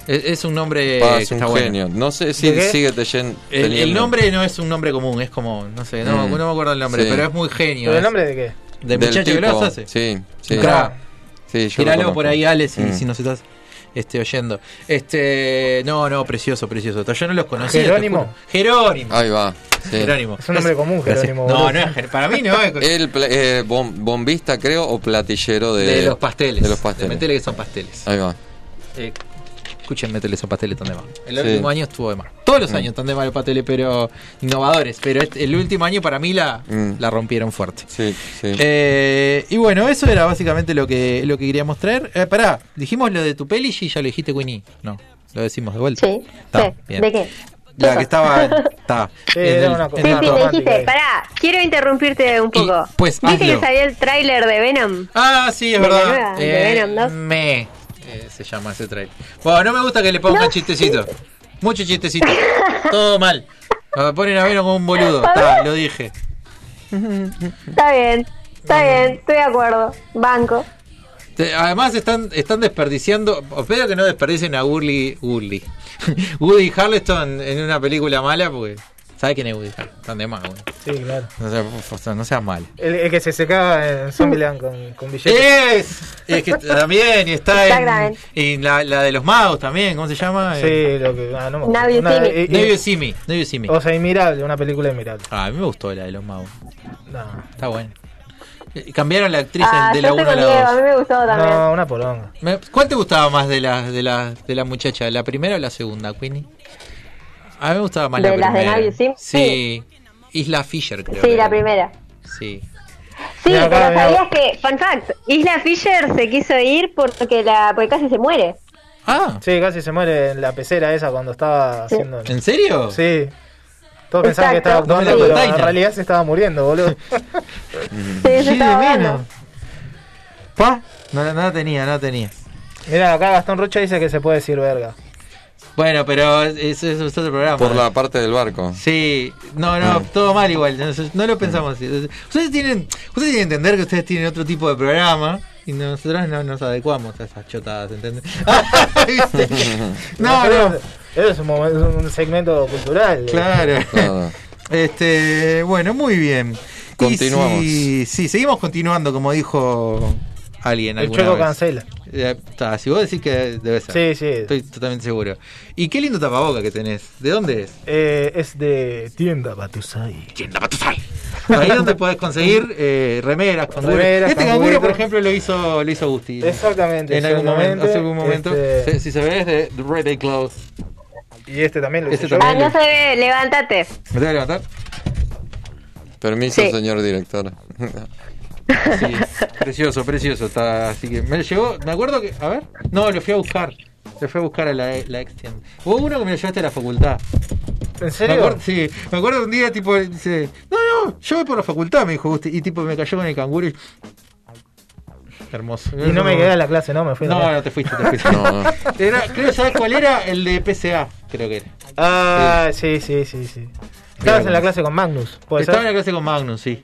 Es, es un nombre
Ah,
que
es
eh, está
un
bueno.
genio. No sé si
¿De qué?
sigue teyen-
El- El,
teniendo.
nombre no es un nombre común, es como, no sé, no,
Mm.
no me acuerdo el nombre,
Sí.
pero es muy genio.
¿Pero el
es
nombre de qué?
de
del
muchacho que lo
tipo.
hace.
Sí, sí.
Un crack.
Sí, yo lo
Tíralo
conozco.
por ahí, Ale, si,
Mm.
si nos estás este, oyendo. Este, no, no, precioso, precioso. Yo no los conocía. te
Jerónimo.
juro. Jerónimo.
Ahí va. Ah, sí.
Jerónimo.
Es un nombre común,
Gracias.
Jerónimo.
No,
boludo.
no, es Jer- para mí
<laughs>
no. es-
El pla- eh, bom- bombista, creo, o platillero de,
de los pasteles.
Eh, De los pasteles.
metele que son pasteles.
Ahí va.
Eh, escuchen, métele esos pasteles tan de mal. El
Sí. Mm.
último año estuvo de mal. Todos los años están de mal los pasteles, pero innovadores. Pero este- el último año para mí la,
Mm.
la rompieron fuerte.
Sí, sí.
Eh, y bueno, eso era básicamente lo que, lo que queríamos traer. Eh, pará, dijimos lo de tu peli y ya lo dijiste, Winnie. No, lo decimos de vuelta.
Sí,
Está,
sí.
bien.
¿De qué?
La que
<laughs>
estaba. Está.
Sí,
en
era
el-
una
en la
cosa.
Sí, sí,
Una
me
toma.
romántica ahí.
dijiste, pará, quiero interrumpirte un poco.
eh. Y, pues,
¿Viste
hazlo.
que salió el tráiler de Venom?
Ah, sí, es
De la
verdad.
nueva, de Venom 2.
me. eh, se llama ese trailer. Bueno, no me gusta que le pongan chistecitos. Mucho chistecito. <laughs> Todo mal. Me ponen a Venom como un boludo. Está, lo dije.
Está bien, está bien, estoy de acuerdo. Banco.
Te- Además están, están desperdiciando, espero que no desperdicien a Woody, Woody. <laughs> Woody Harleston en una película mala, porque ¿sabes quién es Woody Harleston? Están de más, güey.
Sí, claro.
No seas, por favor, no seas mal.
El, el que se secaba en Zombieland con, con billetes.
Es, es <laughs> que también y está en,
Instagram.
y la, la de los magos también, ¿cómo se llama? Eh,
Sí, lo que. Ah, no me
Now
acuerdo.
you
Una-
see me.
eh, eh,
No You See Me, No You See Me.
O sea, inmirable, una película inmirable.
Ah, a mí me gustó la de los magos,
No,
está bueno. Eh, Cambiaron la actriz
Ah,
en- de
yo
la 1
estoy
a
con Diego, a
la
mí
2.
me gustó también.
no una poronga.
Me- ¿Cuál te gustaba más de la, de la, de la muchacha? ¿La primera o la segunda, Queenie? A mí me gustaba más
¿De
la
las de
primera.
Navi Sim?
Sí. Isla Fisher, creo. que
Sí,
era.
la primera.
Sí.
Sí,
Mira, acá,
pero
mira.
sabías que, fun fact, Isla Fisher se quiso ir porque la porque casi se muere.
Ah,
Sí, casi se muere en la pecera esa cuando estaba haciendo.
¿en serio?
Sí. Todos pensaban que estaba actuando,
Exacto.
No me lo
pero en
contáis.
realidad se estaba
<laughs>
muriendo, boludo.
Sí, se
Sí, de
estaba ahogando.
menos. Pa, no, no la tenía, no la tenía.
Mira, acá Gastón Rocha dice que se puede decir verga.
Bueno, pero eso es, es otro programa. ¿eh?
Por la parte del barco.
Sí, no, no,
Mm.
todo mal igual, no, no lo pensamos así. Ustedes tienen, ustedes tienen que entender que ustedes tienen otro tipo de programa y nosotros no nos adecuamos a esas chotadas, ¿entendés? <laughs> ¿Viste? no,
Pero
no,
Eso es un, momen- un segmento cultural. eh.
claro.
Claro.
Este, bueno, muy bien. Y
Continuamos.
si- Sí, seguimos continuando, como dijo alguien
El
alguna
chueco
vez.
cancela.
Eh, está, si vos decís que debe ser.
Sí, sí.
Estoy totalmente seguro. Y qué lindo tapaboca que tenés. ¿De dónde es?
Eh, es de tienda Batusai.
Ahí donde podés conseguir eh, remeras, canguro.
<laughs> Remeras,
este canguro, por
cangurito.
ejemplo, lo hizo, lo hizo Agustín.
Exactamente.
En algún momento, hace algún momento.
Este-
Se- Si se ve es de The Red Day Clothes.
Y este también lo
Este
hice yo.
Ah,
también.
no se ve, levántate.
¿Me tengo que levantar?
Permiso,
Sí.
señor director.
Sí, precioso, precioso. Está, así que me lo llevó, me acuerdo que, a ver, no, lo fui a buscar. Lo fui a buscar a la, la ex tienda. Hubo uno que me lo llevaste a la facultad.
¿En
Me
serio?
acuerdo, sí, me acuerdo un día, tipo, dice, no, no, yo voy por la facultad, me dijo Gusti. Y tipo, me cayó con el canguro y... Hermoso.
Y no me quedé en la clase, no, me fui.
No, <laughs> no te fuiste, te fuiste.
No, no.
Era, creo, ¿sabes cuál era? El de PCA, creo que era.
Ah, sí, sí, sí, sí. Estabas en la clase con Magnus, ¿puede
Estaba en la
ser?
clase con Magnus, sí.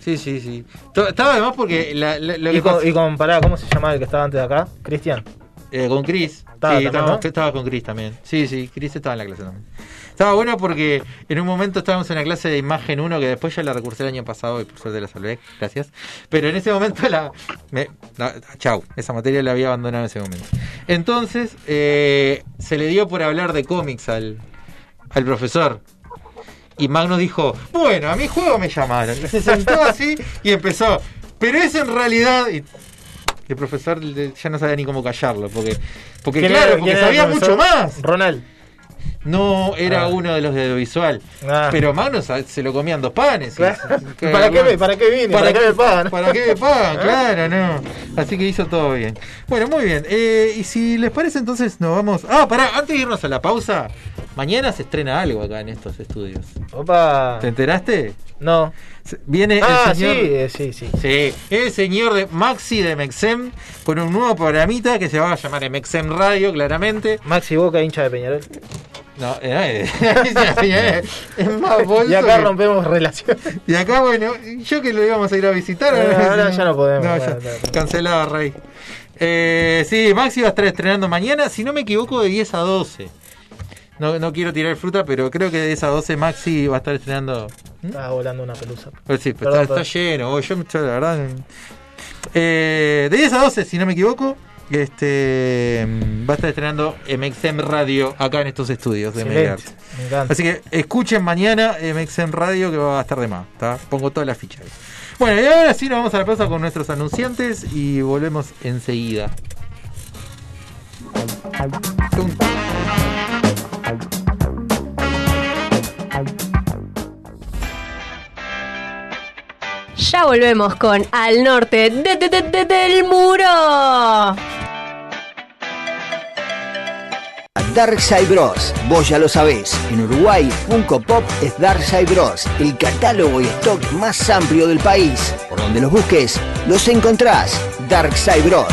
Sí, sí, sí. To- Estaba además porque la- la- lo
Y
que
con,
pasa-
y con- pará, ¿cómo se llamaba el que estaba antes de acá? Cristian.
eh, con Chris.
Estaba
sí,
también,
estaba,
¿no?
estaba con Chris también. Sí, sí, Chris estaba en la clase también. Estaba bueno porque en un momento estábamos en la clase de imagen 1 que después yo la recursé el año pasado y por suerte la salvé, gracias. Pero en ese momento la... Me, la- chau, esa materia la había abandonado en ese momento. Entonces, eh, se le dio por hablar de cómics al, al profesor. Y Magnus dijo, bueno, a mi juego me llamaron. Se sentó así y empezó. Pero es en realidad... y el profesor le- ya no sabía ni cómo callarlo, porque, porque
¿Quién
claro,
era- quién
porque
era el
sabía mucho
profesor?
más.
Ronald.
No era
Ah.
uno de los de audiovisual.
Ah.
Pero Magnus a- se lo comían dos panes. y-
Claro.
<laughs> que-
¿Para qué me- para qué vine? ¿Para qué me pagan? ¿Eh?
¿Para qué me
<laughs>
pagan? Claro, no. Así que hizo todo bien. Bueno, muy bien. Eh, y si les parece, entonces nos vamos. Ah, pará, antes de irnos a la pausa, mañana se estrena algo acá en estos estudios.
Opa.
¿Te enteraste?
No.
Se- Viene
Ah,
el
sí,
señor.
eh, sí, sí.
Sí, el señor de Maxi de Mexem con un nuevo programita que se va a llamar Mexem Radio, claramente.
Maxi Boca, hincha de Peñarol.
No,
<laughs>
eh, <laughs> eh, es más bolso.
Y acá
que-
rompemos relaciones.
y acá, bueno, yo que lo íbamos a ir a visitar.
Eh, ahora ya no podemos,
No,
bueno,
ya.
claro.
Cancelado, Rey. Eh, sí, Maxi va a estar estrenando mañana, si no me equivoco, de 10 a 12. No, no quiero tirar fruta, pero creo que de 10 a 12 Maxi va a estar estrenando
Estaba volando una pelusa.
pues sí, pero
Perdón,
está, oh,
perdón.
está lleno. vos, Yo, yo, la verdad. eh, de 10 a 12, si no me equivoco. Este mm, va a estar estrenando MXM Radio acá en estos estudios de
Excelente,
Mediarte.
me encanta.
Así que escuchen mañana MXM Radio que va a estar de más. ¿tá? Pongo todas las fichas. ahí. Bueno, y ahora sí nos vamos a la pausa con nuestros anunciantes y volvemos enseguida. Tum.
Ya volvemos con Al Norte de- de- de- de- del Muro.
Darkside Bros. Vos ya lo sabés. En Uruguay, Funko Pop es Darkside Bros. El catálogo y stock más amplio del país. Por donde los busques, los encontrás. Darkside Bros.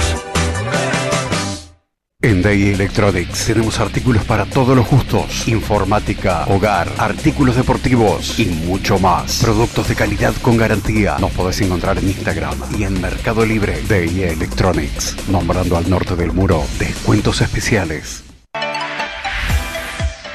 En Day Electronics tenemos artículos para todos los gustos, informática, hogar, artículos deportivos y mucho más. Productos de calidad con garantía. Nos podés encontrar en Instagram y en Mercado Libre. Day Electronics, nombrando al norte del muro, descuentos especiales.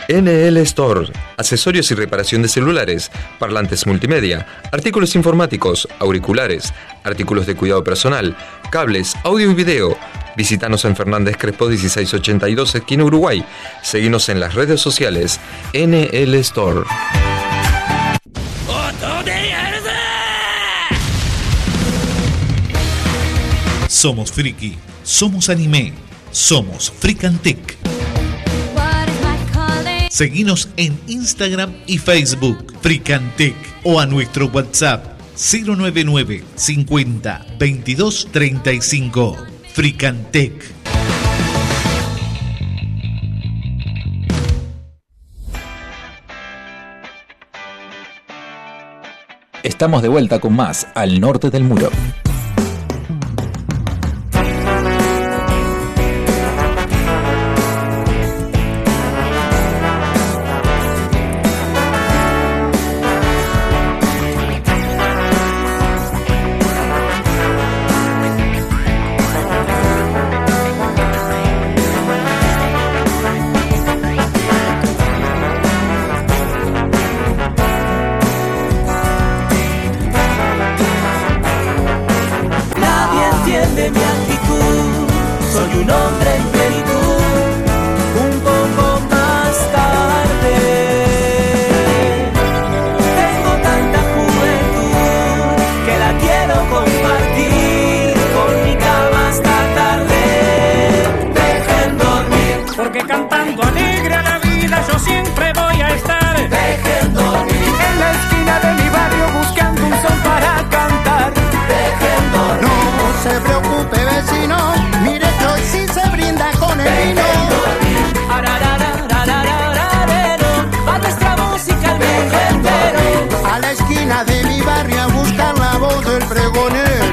NL Store, accesorios y reparación de celulares, parlantes multimedia, artículos informáticos, auriculares, artículos de cuidado personal, cables, audio y video. Visítanos en Fernández Crespo 1682, esquina Uruguay. Seguinos en las redes sociales. NL Store.
Somos friki, somos anime, somos Fricantec. Seguinos en Instagram y Facebook, Fricantec, o a nuestro WhatsApp 099 50 22 35. Fricantec.
Estamos de vuelta con más al norte del muro.
Nadie entiende mi actitud, soy un hombre en plenitud, un poco más tarde. Tengo tanta juventud que la quiero compartir con mi cama hasta tarde. Dejen dormir,
Porque cantando alegre a la vida yo siempre voy a estar.
dejen dormir,
En la esquina de mi barrio buscando un sol para cantar.
dejen dormir.
No se preocupe vecino, mire que hoy sí se brinda con el vino.
Ararararararararero, va nuestra música al mejor
A la esquina de mi barrio a buscar la voz del pregonero.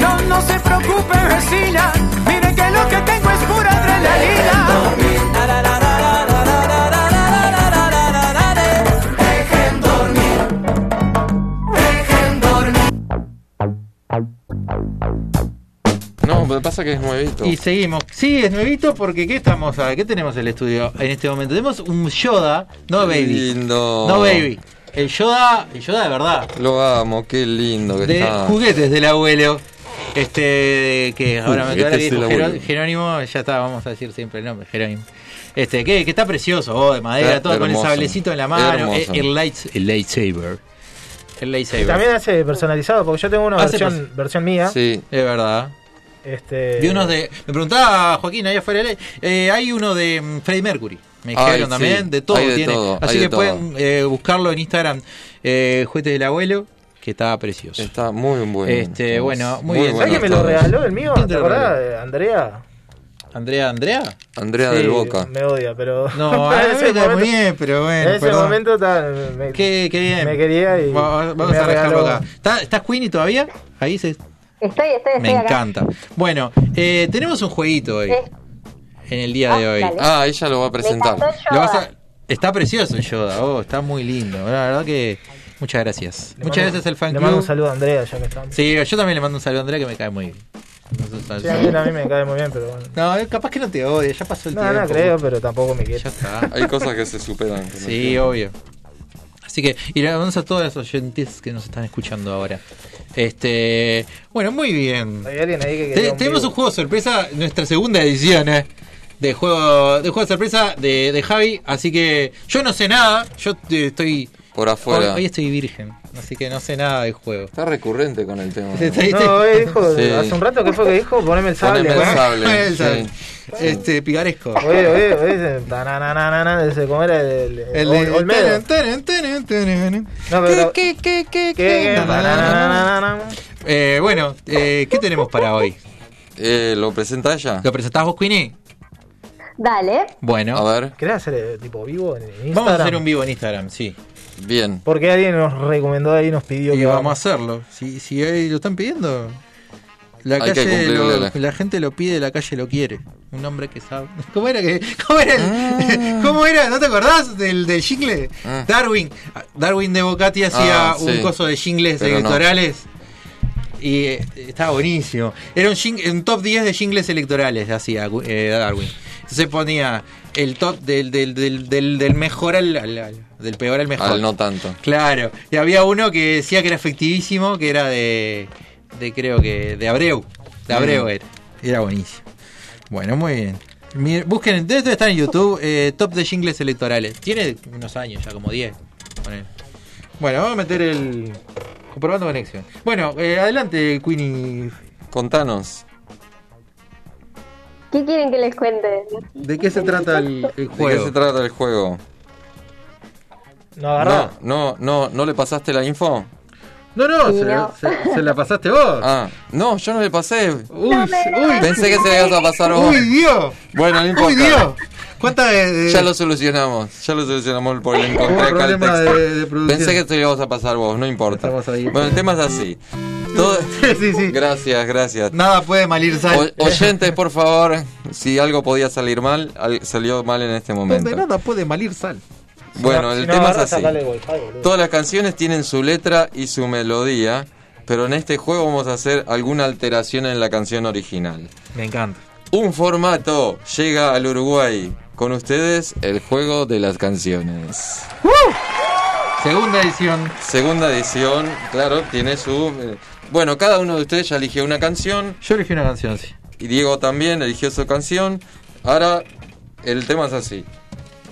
No, no se preocupe vecina, mire que lo que tengo es pura adrenalina.
Dejen dormir, dejen dormir.
No, pero pasa que es nuevito.
Y seguimos. Sí, es nuevito porque ¿qué estamos a ¿Qué tenemos en el estudio en este momento? Tenemos un Yoda, no
Qué
baby.
lindo.
No baby. El Yoda, el Yoda de verdad.
Lo amo, qué lindo que
De
está.
juguetes del abuelo. Este, que ahora me ahora
Juguetes
que dijo
del
Jero-
abuelo.
Jerónimo, ya está, vamos a decir siempre el nombre, Jerónimo. Este, que, que está precioso, oh, de madera,
Eh,
todo con el
hermoso.
sablecito en la mano, eh,
Hermoso.
el, lights- el lightsaber. El
Y
lightsaber.
también hace personalizado, porque yo tengo una
Hace
versión, versión mía.
Sí,
Es verdad.
Este,
Vi unos de. Me preguntaba Joaquín, allá afuera de la- eh, Hay uno de mm, Freddie Mercury. Me dijeron
Ay, sí,
también, de todo
hay de
tiene.
todo,
Así
hay
que
de
pueden eh, buscarlo en Instagram, eh, Juguete del Abuelo, que está precioso.
está muy bueno.
Este, bueno, muy bien.
¿Sabes
bueno,
que me lo
todos.
regaló el mío?
¿Quién te
¿Te
lo
acordás? Andrea.
¿Andrea, Andrea?
Andrea
Sí,
del Boca.
Me odia, pero. <laughs>
No, ah, a
en
mí me
ese
cae muy
momento-
bien, pero bueno.
en ese
perdón.
momento tal, me,
Qué, qué bien.
me quería y.
Va- vamos
me
a dejarlo
regaló.
acá. ¿Está, ¿Está Queenie todavía? Ahí se.
Estoy, estoy, estoy
Me
acá.
encanta. Bueno, eh, tenemos un jueguito hoy,
Eh,
en el día de
Ah,
hoy.
dale.
Ah, ella lo va a
me
presentar.
encantó
Lo vas a-
Yoda.
Está precioso el Yoda, oh, está muy lindo. La verdad que muchas gracias.
Le
muchas
mando-
gracias al fan
Le mando un
club.
saludo a Andrea, ya que estamos.
Sí, yo también le mando un saludo a Andrea que me cae muy bien. Un saludo.
Sí, Andrea a mí me cae muy bien, pero bueno.
No, eh, capaz que no te odia, ya pasó el
No,
tiempo.
no creo, pero tampoco me quiere.
Ya está.
Hay cosas que se superan. que no
Sí, obvio. Así que y le vamos a todas las oyentes que nos están escuchando ahora. Este, bueno, muy bien.
Hay alguien ahí que
Te-
quería un
tenemos
vivo.
un juego sorpresa, nuestra segunda edición, eh, De juego, de juego sorpresa de, de Javi, así que yo no sé nada, yo eh, estoy
Por afuera.
Hoy, hoy estoy virgen, así que no sé nada del juego.
Está recurrente con el tema.
No, eh,
<laughs>
dijo,
Sí.
hace un rato que fue que dijo, poneme el sable.
Poneme el sable,
Poneme el
sí.
sable.
Este, picaresco.
Oye, oye, oye, ese, tananana, ese, ¿cómo era el, el,
El de-
Ol- Olmedo? No, pero-
¿Qué, qué, qué,
qué? Tananana.
Eh, bueno, eh, ¿qué tenemos para hoy?
Eh, ¿Lo presenta ella?
¿Lo presentás vos, Queenie?
Dale.
Bueno.
A ver.
¿Querés hacer eh, tipo vivo en Instagram?
Vamos a hacer un vivo en Instagram, sí.
Bien.
Porque alguien nos recomendó ahí, nos pidió
Y
que
vamos a hacerlo. Si, si ahí lo están pidiendo. La,
Hay que
calle
cumplirle
lo-
a la-
la gente lo pide, la calle lo quiere. Un hombre que sabe. <laughs> ¿Cómo era que.? ¿Cómo era? el- <laughs> ¿Cómo era? ¿No te acordás del, del jingle?
Ah.
Darwin. Darwin de Bocati hacía
Ah, sí.
un coso de jingles
Pero no.
electorales. Y eh, estaba buenísimo. Era un, jing- un top 10 de jingles electorales, hacía eh, Darwin. Entonces ponía el top del, del, del, del, del mejor al, al- al- Del peor al mejor.
Al no tanto.
Claro, y había uno que decía que era efectivísimo, que era de, de creo que, de Abreu. De Abreu
Mm.
era. Era buenísimo. Bueno, muy bien. Mir- busquen, debe debe estar en YouTube, eh, Top de Jingles Electorales. Tiene unos años ya, como 10. Ponele. Bueno, vamos a meter el... Comprobando conexión. Bueno, eh, adelante, Queenie.
Contanos.
¿Qué quieren que les cuente?
¿De qué se trata el, el
¿De qué
juego?
se trata el juego?
No
No, no, no, ¿no le pasaste la info?
No, no, se,
No.
se- se la pasaste vos.
Ah, no, yo <laughs> no le pasé.
Uy, uy.
Pensé que se le ibas a pasar vos.
Uy, Dios.
Bueno, no importa.
Uy, Dios. ¿Cuántas veces?
Ya lo solucionamos, ya lo solucionamos por el
Hubo
encontré acá el
problema
texto.
de- de producción.
Pensé que te lo ibas a pasar vos, no importa. Bueno, el tema es así.
<laughs>
Todo- Gracias, gracias.
Nada puede malir sal.
O- oyentes, por favor, si algo podía salir mal, al- salió mal en este
Donde
momento.
nada puede malir sal.
Bueno,
Si
el
no
tema es
agarrás,
así.
sacale el wifi, boludo.
Todas las canciones tienen su letra y su melodía, pero en este juego vamos a hacer alguna alteración en la canción original.
Me encanta.
Un formato llega al Uruguay. Con ustedes, el juego de las canciones.
Segunda edición.
Segunda edición, claro, tiene su... eh, Bueno, cada uno de ustedes ya eligió una canción.
Yo elegí una canción, sí.
Y Diego también eligió su canción. Ahora, el tema es así.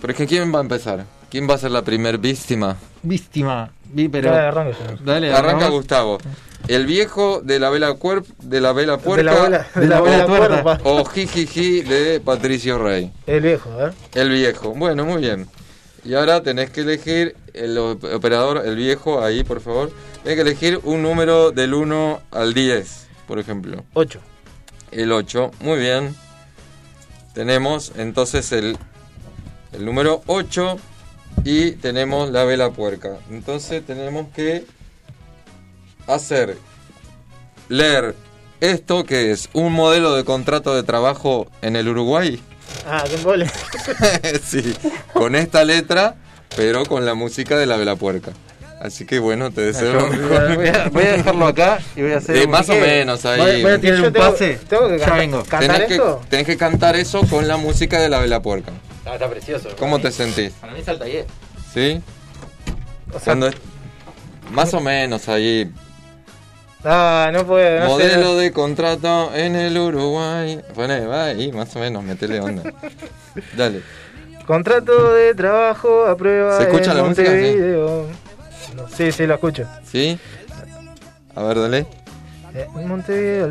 Pero es que ¿quién va a empezar? ¿Quién va a ser la primer víctima?
Víctima. Vi, pero.
Dale, arranca, señor.
Dale,
Arranca
arranca.
Gustavo. El viejo de la vela cuerp, de la vela puerca.
De la abuela, de la abuela cuerpa.
O jijiji de Patricio Rey.
El viejo, a ver.
El viejo. Bueno, muy bien. Y ahora tenés que elegir el op- operador, el viejo, ahí, por favor. Tenés que elegir un número del 1 al 10, por ejemplo.
8.
El 8. Muy bien. Tenemos entonces el, el número 8 y tenemos la vela puerca. Entonces tenemos que hacer, leer esto que es un modelo de contrato de trabajo en el Uruguay. <laughs>
Ah, qué embole.
sí, con esta letra, pero con la música de la vela puerca. Así que bueno, te deseo
Yo
lo mejor.
Voy a, voy a dejarlo acá y voy a hacer.
De
un-
más o menos ahí.
Voy, voy a tirar
Yo
un
tengo-
pase.
tengo que
ya
cantar-
vengo.
cantar
Tenés que,
esto?
tenés que cantar eso con la música de la vela puerca.
Ah, está precioso.
¿Cómo te sentís?
Para mí salta 10.
¿Sí? Cuando es- más o menos ahí.
Ah, no puedo, no
Modelo
sé.
de contrato en el Uruguay. Bueno, va ahí, más o menos, metele
<laughs>
onda. Dale.
Contrato de trabajo a prueba
¿Se escucha
en
la música? Sí.
Montevideo. No, Sí, sí, lo escucho.
¿Sí? A ver,
<laughs>
dale.
Eh, en Montevideo.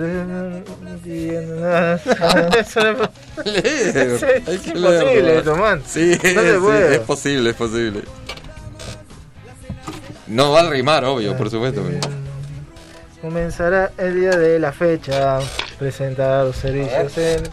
eh,
<laughs>
Eso no- Es
Hay
es
que leerlo.
imposible eso, man.
Sí,
no se
sí,
puede.
es posible, es posible. No va a rimar, obvio, por supuesto. pero-
Comenzará el día de la fecha. Presentar los servicios en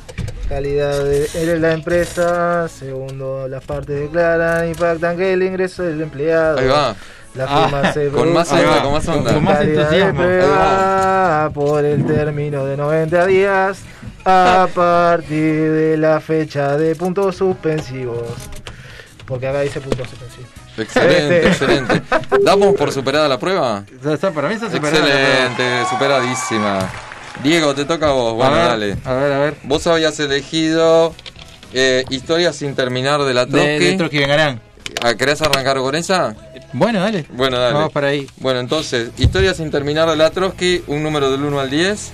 calidad de de la empresa. Segundo, las partes declaran y pactan que el ingreso del empleado.
Ahí va.
La firma
Ah,
se
con más
produce
onda, con más onda.
Con más
calidad de
entusiasmo.
prueba por el término de 90 días
<laughs>
a partir de la fecha de puntos suspensivos. Porque acá dice puntos suspensivos.
Excelente,
Este. <laughs>
excelente. ¿Damos por superada la prueba?
Ya está, para mí está superada la
Excelente, superadísima. Diego, te toca a vos. Bueno,
ver,
dale.
A ver, a ver.
Vos habías elegido eh, Historias sin terminar de la
De,
Trotsky.
de Trotsky Vengarán.
Ah, ¿Querés arrancar con esa?
Bueno, dale.
Bueno, dale.
Vamos para ahí.
Bueno, entonces, historia sin terminar de la Trotsky, un número del 1 al 10.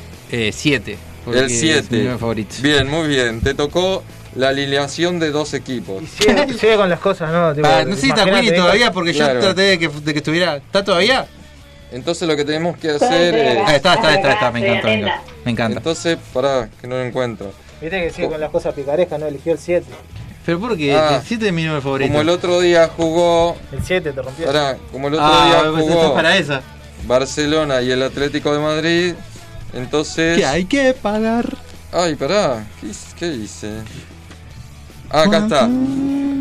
7.
Eh, El
Es mi
7.
número favorito.
Bien, muy bien. Te tocó la alineación de dos equipos.
<laughs>
Sigue, sigue con las cosas, ¿no? Tipo,
Ah, no sé si está
imagínate,
Willy todavía porque
Claro.
yo traté de que, de que estuviera. ¿Está todavía?
Entonces lo que tenemos que hacer es...
Ah, está, está, está, está, me encanta, me encanta. Me encanta.
Entonces, pará, que no lo encuentro.
Viste que sigue con las cosas picarescas, ¿no? Eligió el 7.
Pero porque
Ah.
el 7 es mi número favorito.
Como el otro día jugó...
El 7 te rompió.
Pará, como el otro
Ah,
día
pues,
jugó...
esto es para esa.
Barcelona y el Atlético de Madrid. Entonces...
Que hay que pagar.
Ay, pará, ¿qué, hice- qué hice? Ah, acá está.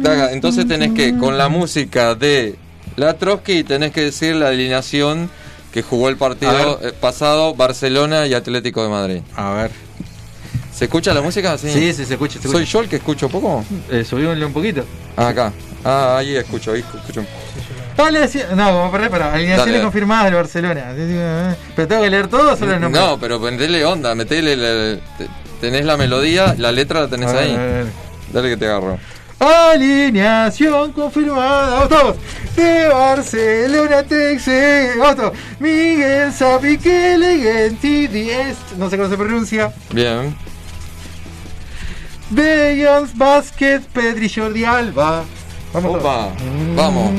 Taca, Entonces tenés que, con la música de la Trotsky, tenés que decir la alineación que jugó el partido eh, pasado Barcelona y Atlético de Madrid.
A ver.
¿Se escucha la música? Sí,
Sí, sí, se escucha, se
¿Soy
escucha.
yo el que escucho poco?
Eh, subímosle un poquito.
Ah, acá. Ah, ahí escucho, ahí escucho.
Dale, así- no, vamos a parar, para. Alineaciones
Dale.
confirmadas del Barcelona. Así, eh, Pero tengo que leer todo o solo el nombre.
No, pero metele onda, metele. la- te- tenés la melodía, la letra la tenés
A ver,
ahí.
a ver, a ver.
Dale que te agarro.
Alineación confirmada. Vamos todos. De Barcelona, Texe. Vamos todos. Miguel Sapique, Legenti, Diest. No sé cómo se pronuncia.
Bien.
Bellans, Vázquez, Pedri, Jordi, Alba. Vamos
Opa,
todos.
vamos.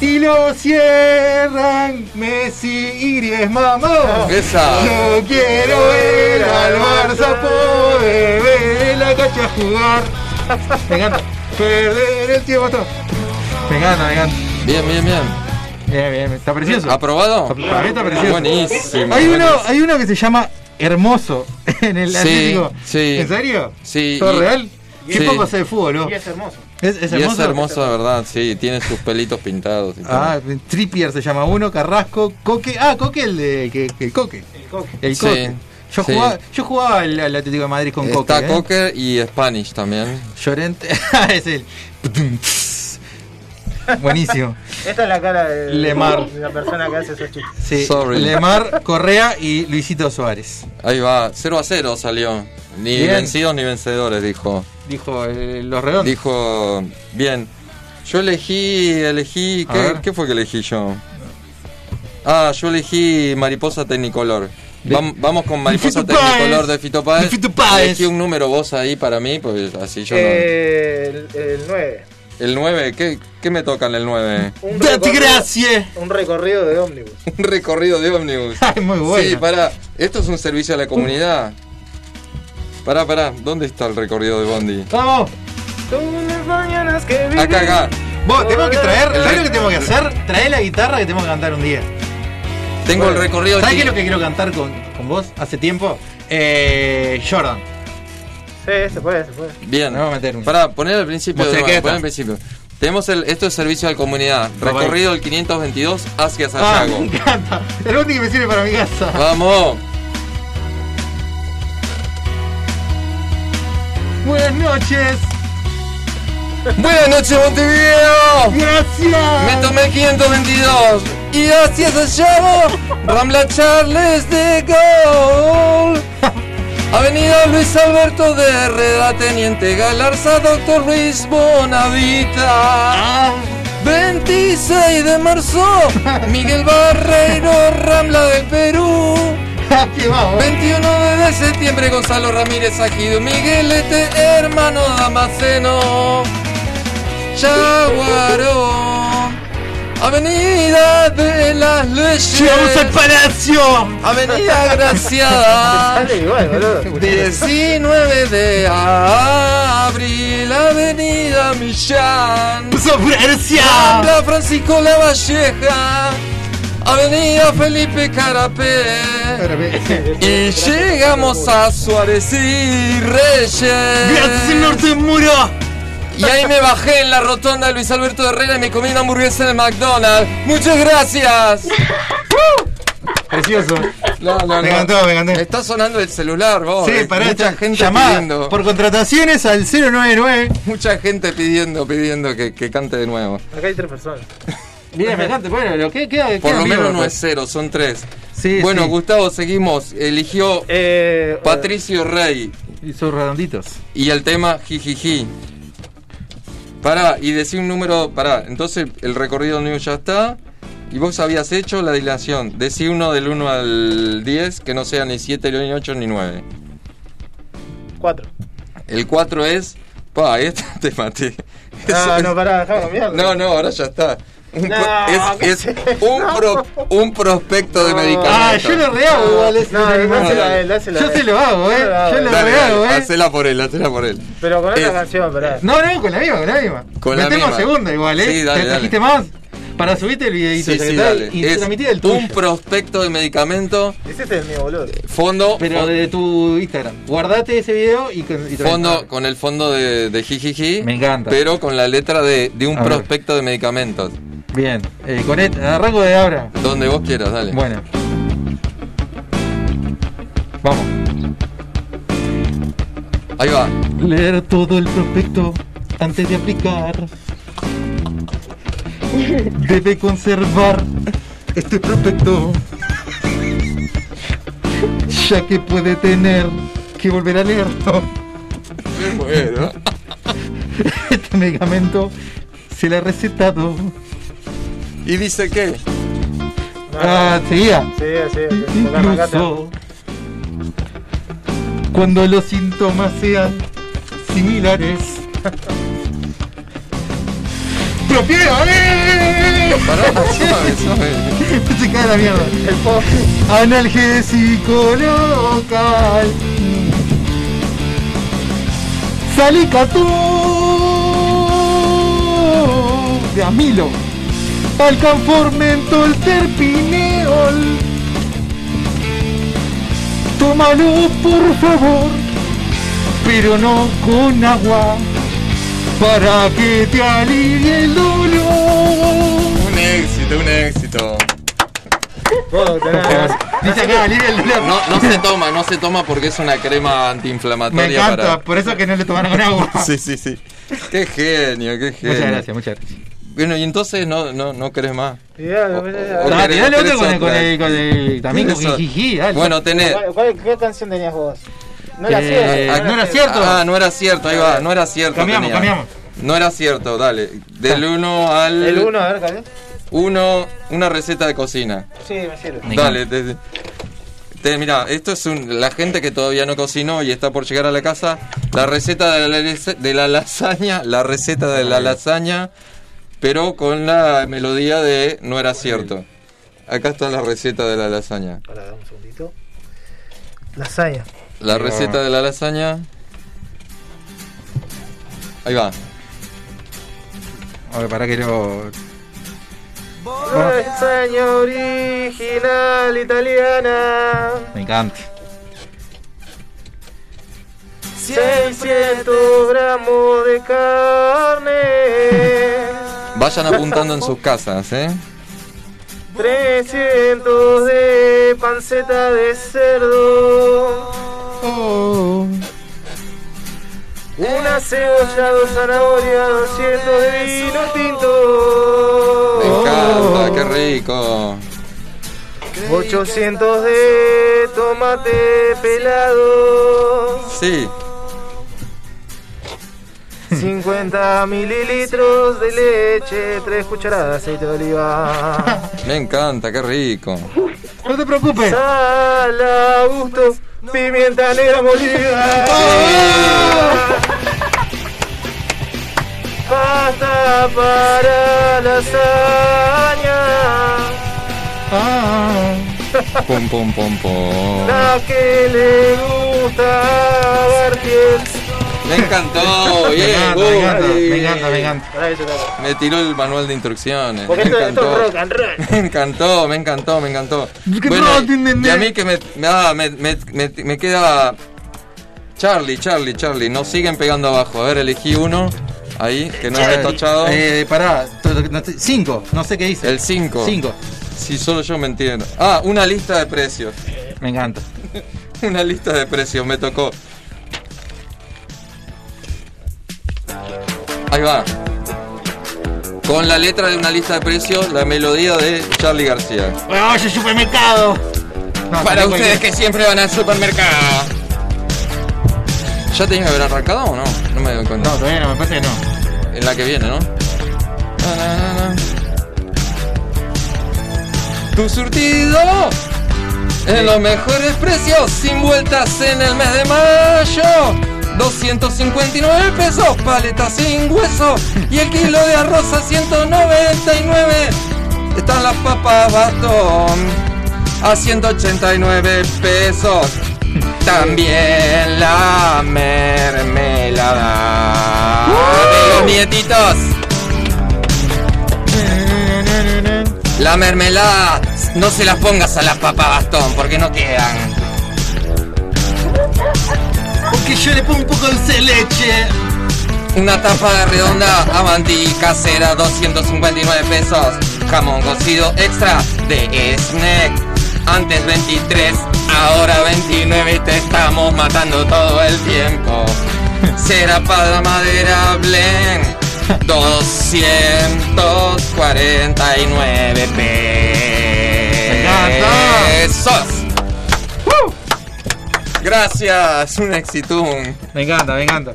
Y lo cierran Messi y Griezmann. ¡Vamos!
Esa.
Yo quiero ver al Barça poder ver en la cancha jugar. Me encanta. Perder el tiempo. todo. Me encanta, me encanta.
Bien, bien, bien.
Bien, bien. Está precioso.
¿Aprobado?
Para mí está precioso.
Buenísimo.
Hay uno,
buenísimo.
hay uno que se llama Hermoso en el
Ah, Sí,
Atlético.
sí.
¿En serio?
Sí,
¿Todo
y-
real? Qué
sí.
poco sé de fútbol, ¿no?
Y es hermoso.
¿Es, es
Y
hermoso?
es hermoso, de verdad, sí. Tiene sus pelitos pintados. y todo.
Ah, Trippier se llama uno, Carrasco, Coque. Ah, Coque el de. Que, que- Coque.
El coque.
El
Sí,
Coque. Yo,
sí.
jugaba, yo jugaba al, al Atlético de Madrid con Coque.
Está
¿eh?
Cocker y Spanish también.
Llorente. <laughs> es él. Buenísimo.
Esta es la cara de,
Lemar.
de la persona que hace esos chistes.
Sí.
Sorry.
Lemar, Correa y Luisito Suárez.
Ahí va, 0 a 0 salió. Ni
Bien.
vencidos ni vencedores, dijo.
Dijo eh, Los Redondos.
Dijo, bien. Yo elegí, elegí.
A
¿qué,
ver.
qué fue que elegí yo? Ah, yo elegí Mariposa Tecnicolor. Vam- vamos con Mariposa
Fito Páez.
Tecnicolor de Fito Páez.
De Fito Páez.
Elegí un número vos ahí para mí, pues así yo no.
Eh, el, 9.
El 9, ¿qué, qué me tocan el 9?
Un
¡Date
recorrido-
gracias! <laughs>
Un recorrido de ómnibus.
<laughs> un recorrido de ómnibus.
Ay, muy <laughs> bueno.
Sí, pará. Esto es un servicio a la comunidad.
Uh.
Pará, pará. ¿Dónde está el recorrido de Bondi?
¡Vamos!
<laughs> Son las mañanas que viví.
Acá, acá.
Vos, tengo que traer.
El
¿Sabes lo
re-
que tengo que hacer? Traer la guitarra que tengo que cantar un día.
Tengo el recorrido.
¿Sabes qué es
chi-
lo que quiero cantar con, con vos hace tiempo? Eh, Jordan.
Sí, se puede, se puede.
Bien.
Me voy a meter un.
Pará, poner al principio.
Vos
de
sé
nuevo,
que
poné al
está.
principio. Tenemos el, esto es servicio a la comunidad.
Bye, bye.
Recorrido del 522 hacia
Ah, me
Santiago.
encanta. El único que me sirve para mi casa.
Vamos.
Buenas noches.
Buenas noches, Montevideo. Me
<laughs>
Gracias.
tomé el 522 y hacia Santiago, Rambla Charles de Gaulle. Avenida Luis Alberto de Herrera, Teniente Galarza, Doctor Luis Bonavita. 26 de marzo, Miguel Barreiro, Rambla del Perú.
Aquí vamos.
21 de septiembre, Gonzalo Ramírez Ajido, Miguelete, este hermano Damasceno. Chaguarón, Avenida de las Leyes.
Llegamos al palacio. <laughs>
Avenida Graciada.
Sale igual, boludo.
<laughs> 19 de abril, Avenida Millán.
Puso Francia.
Rambla Francisco La Valleja. Avenida Felipe Carapé. Y llegamos a Suárez y Reyes.
Gracias, el norte del muro.
Y ahí me bajé en la rotonda de Luis Alberto Herrera y me comí una hamburguesa de McDonald's. Muchas gracias.
Precioso.
No, no,
Me
no.
encantó, me encantó.
Me está sonando el celular, vos.
Sí,
Eh,
para
Mucha
esta
gente
llamada.
pidiendo.
Por contrataciones al 099.
Mucha gente pidiendo, pidiendo que, que cante de nuevo.
Acá hay tres personas.
Bien, me encanta. Bueno, lo que queda.
Por
queda
lo
vivo,
menos no
pues.
es cero, son tres.
Sí,
bueno,
sí.
Gustavo, seguimos. Eligió
Eh,
Patricio Rey
Y sus redonditos.
y el tema Jijiji. Pará, y decí un número, pará, entonces el recorrido new ya está. Y vos habías hecho la dilación. Decí uno del 1 al 10 que no sea ni 7, ni 8, ni 9.
4.
El 4 es. Pa, esta <laughs> te maté.
Ah,
Eso
no,
es-
pará, dejá de cambiarlo.
No, no, ahora ya está. Un
No,
pro- es es
¿qué?
un,
No.
pro- un prospecto de medicamento.
Ah, yo lo rehago igual ese
No,
animal.
dásela a él, dásela a
Yo
él.
se lo hago, eh.
Yo lo hago.
Yo lo
Dale,
rehago,
dale,
eh.
Hacela por él, hacela por él.
Pero con
Eh,
otra canción, pará.
No, no, con la misma, con la misma.
Con la
Metemos
misma.
segunda igual, eh.
Sí, dale,
¿Te
dale.
trajiste más? Para subirte el videito
Sí, sí, dale.
y
Es
transmitir el tuyo.
un prospecto de medicamento.
Ese es el mío, boludo.
Fondo.
Pero de tu Instagram. Guardate ese video y, con- y tra-
Fondo con el fondo de, de Jijiji. Me
encanta.
Pero con la letra de, de un
A ver.
prospecto de medicamentos.
Bien, eh, con et- arranco de ahora.
Donde vos quieras, dale.
Bueno. Vamos.
Ahí va.
Leer todo el prospecto antes de aplicar. Debe conservar este prospecto. Ya que puede tener que volver a leerlo.
Bueno.
Este medicamento se le ha recetado.
¿Y dice qué?
Ah, seguía.
Sí, sí, sí. porque arrancaste.
Incluso cuando los síntomas sean similares. ¡Propiedad!
Pará, suave, suave.
<laughs> Se cae la mierda. Analgésico local. Salicatú de amilo. Alcanfor, mentol, terpineol. Tómalo por favor, pero no con agua, para que te alivie el dolor.
Un éxito, un éxito. <laughs>
Dice acá, alivia el dolor.
No, no se toma, no se toma porque es una crema antiinflamatoria
Me encanta,
para.
por eso que no le tomaron con agua.
<laughs> Sí, sí, sí. Qué genio, qué genio.
Muchas gracias, muchas gracias.
Bueno, y entonces no, no, no querés más.
Ya, ya, ya.
O
Ah,
querés-
tirale
querés
otro con el-
otra.
con el- con el- también con
Eso.
jijiji, dale.
Bueno, tenés.
¿Cuál- cuál- ¿Qué canción tenías vos? No la
Eh,
cierro.
ah, Ah, no era cierto, ahí va, no era cierto.
Cambiamos, cambiamos.
No era cierto, dale. Del 1 al.
El 1, a ver, ¿cuál es?
1, una receta de cocina.
Sí, me sirve.
Dale, te, te- mira, esto es un- la gente que todavía no cocinó y está por llegar a la casa. La receta de la, lasa- de la lasaña, la receta de la lasaña, pero con la melodía de No era cierto. Acá está la receta de la lasaña.
Pará, dame un segundito. Lasaña.
La receta de la lasaña. Ahí va.
A ver, para que lo.
Lasaña original italiana.
Me encanta.
600 gramos de carne.
Vayan apuntando en sus casas, ¿eh?
300 de panceta de cerdo.
Oh.
Una cebolla, dos zanahorias, 200 de vino tinto.
Me encanta, qué rico.
800 de tomate pelado.
Sí,
50 mililitros de leche, 3 cucharadas de aceite de oliva.
me encanta, qué rico.
No te preocupes.
Sal a gusto, pimienta negra molida. Pasta para lasaña.
Pum, pum, pum, pum.
La que le gusta a Bartiel.
Me encantó, bien,
me encanta,
Gusti.
me encanta, me encanta.
Me tiró el manual de instrucciones.
Porque
Me
esto, esto es
encantó.
rock and roll.
<laughs> Me encantó, me encantó, me encantó.
que
Bueno,
no, tin, tin,
y a
tin.
mí que me, me, ah, me, me- me- me queda. Charlie, Charlie, Charlie. Nos siguen pegando abajo. A ver, elegí uno. Ahí, que no es
Charlie.
retachado.
Eh, pará, 5, no sé qué dice.
El 5.
Cinco.
Si solo yo me entiendo. Ah, una lista de precios. <laughs>
Me encanta.
Una lista de precios me tocó. Ahí va. Con la letra de una lista de precios, la melodía de Charlie García.
¡Vamos al supermercado!
Para ustedes que siempre van al supermercado. ¿Ya tenía que haber arrancado o no? No me doy cuenta.
No, todavía no, me parece que no.
en la que viene, ¿no? Na, na, na, na. Tu surtido en los mejores precios, sin vueltas en el mes de mayo. 259 pesos, paleta sin hueso y el kilo de arroz a 199. Están las papas batón a 189 pesos. También la mermelada de los nietitos. La mermelada no se las pongas a las papas bastón porque no quedan.
Porque yo le pongo un poco de leche.
Una tapa de redonda Avanti casera 259 pesos. Jamón cocido extra de snack. Antes 23, ahora 29 y te estamos matando todo el tiempo. Será para madera blend 249 pesos. ¡Uh! Gracias, un exitón.
Me encanta, me encanta.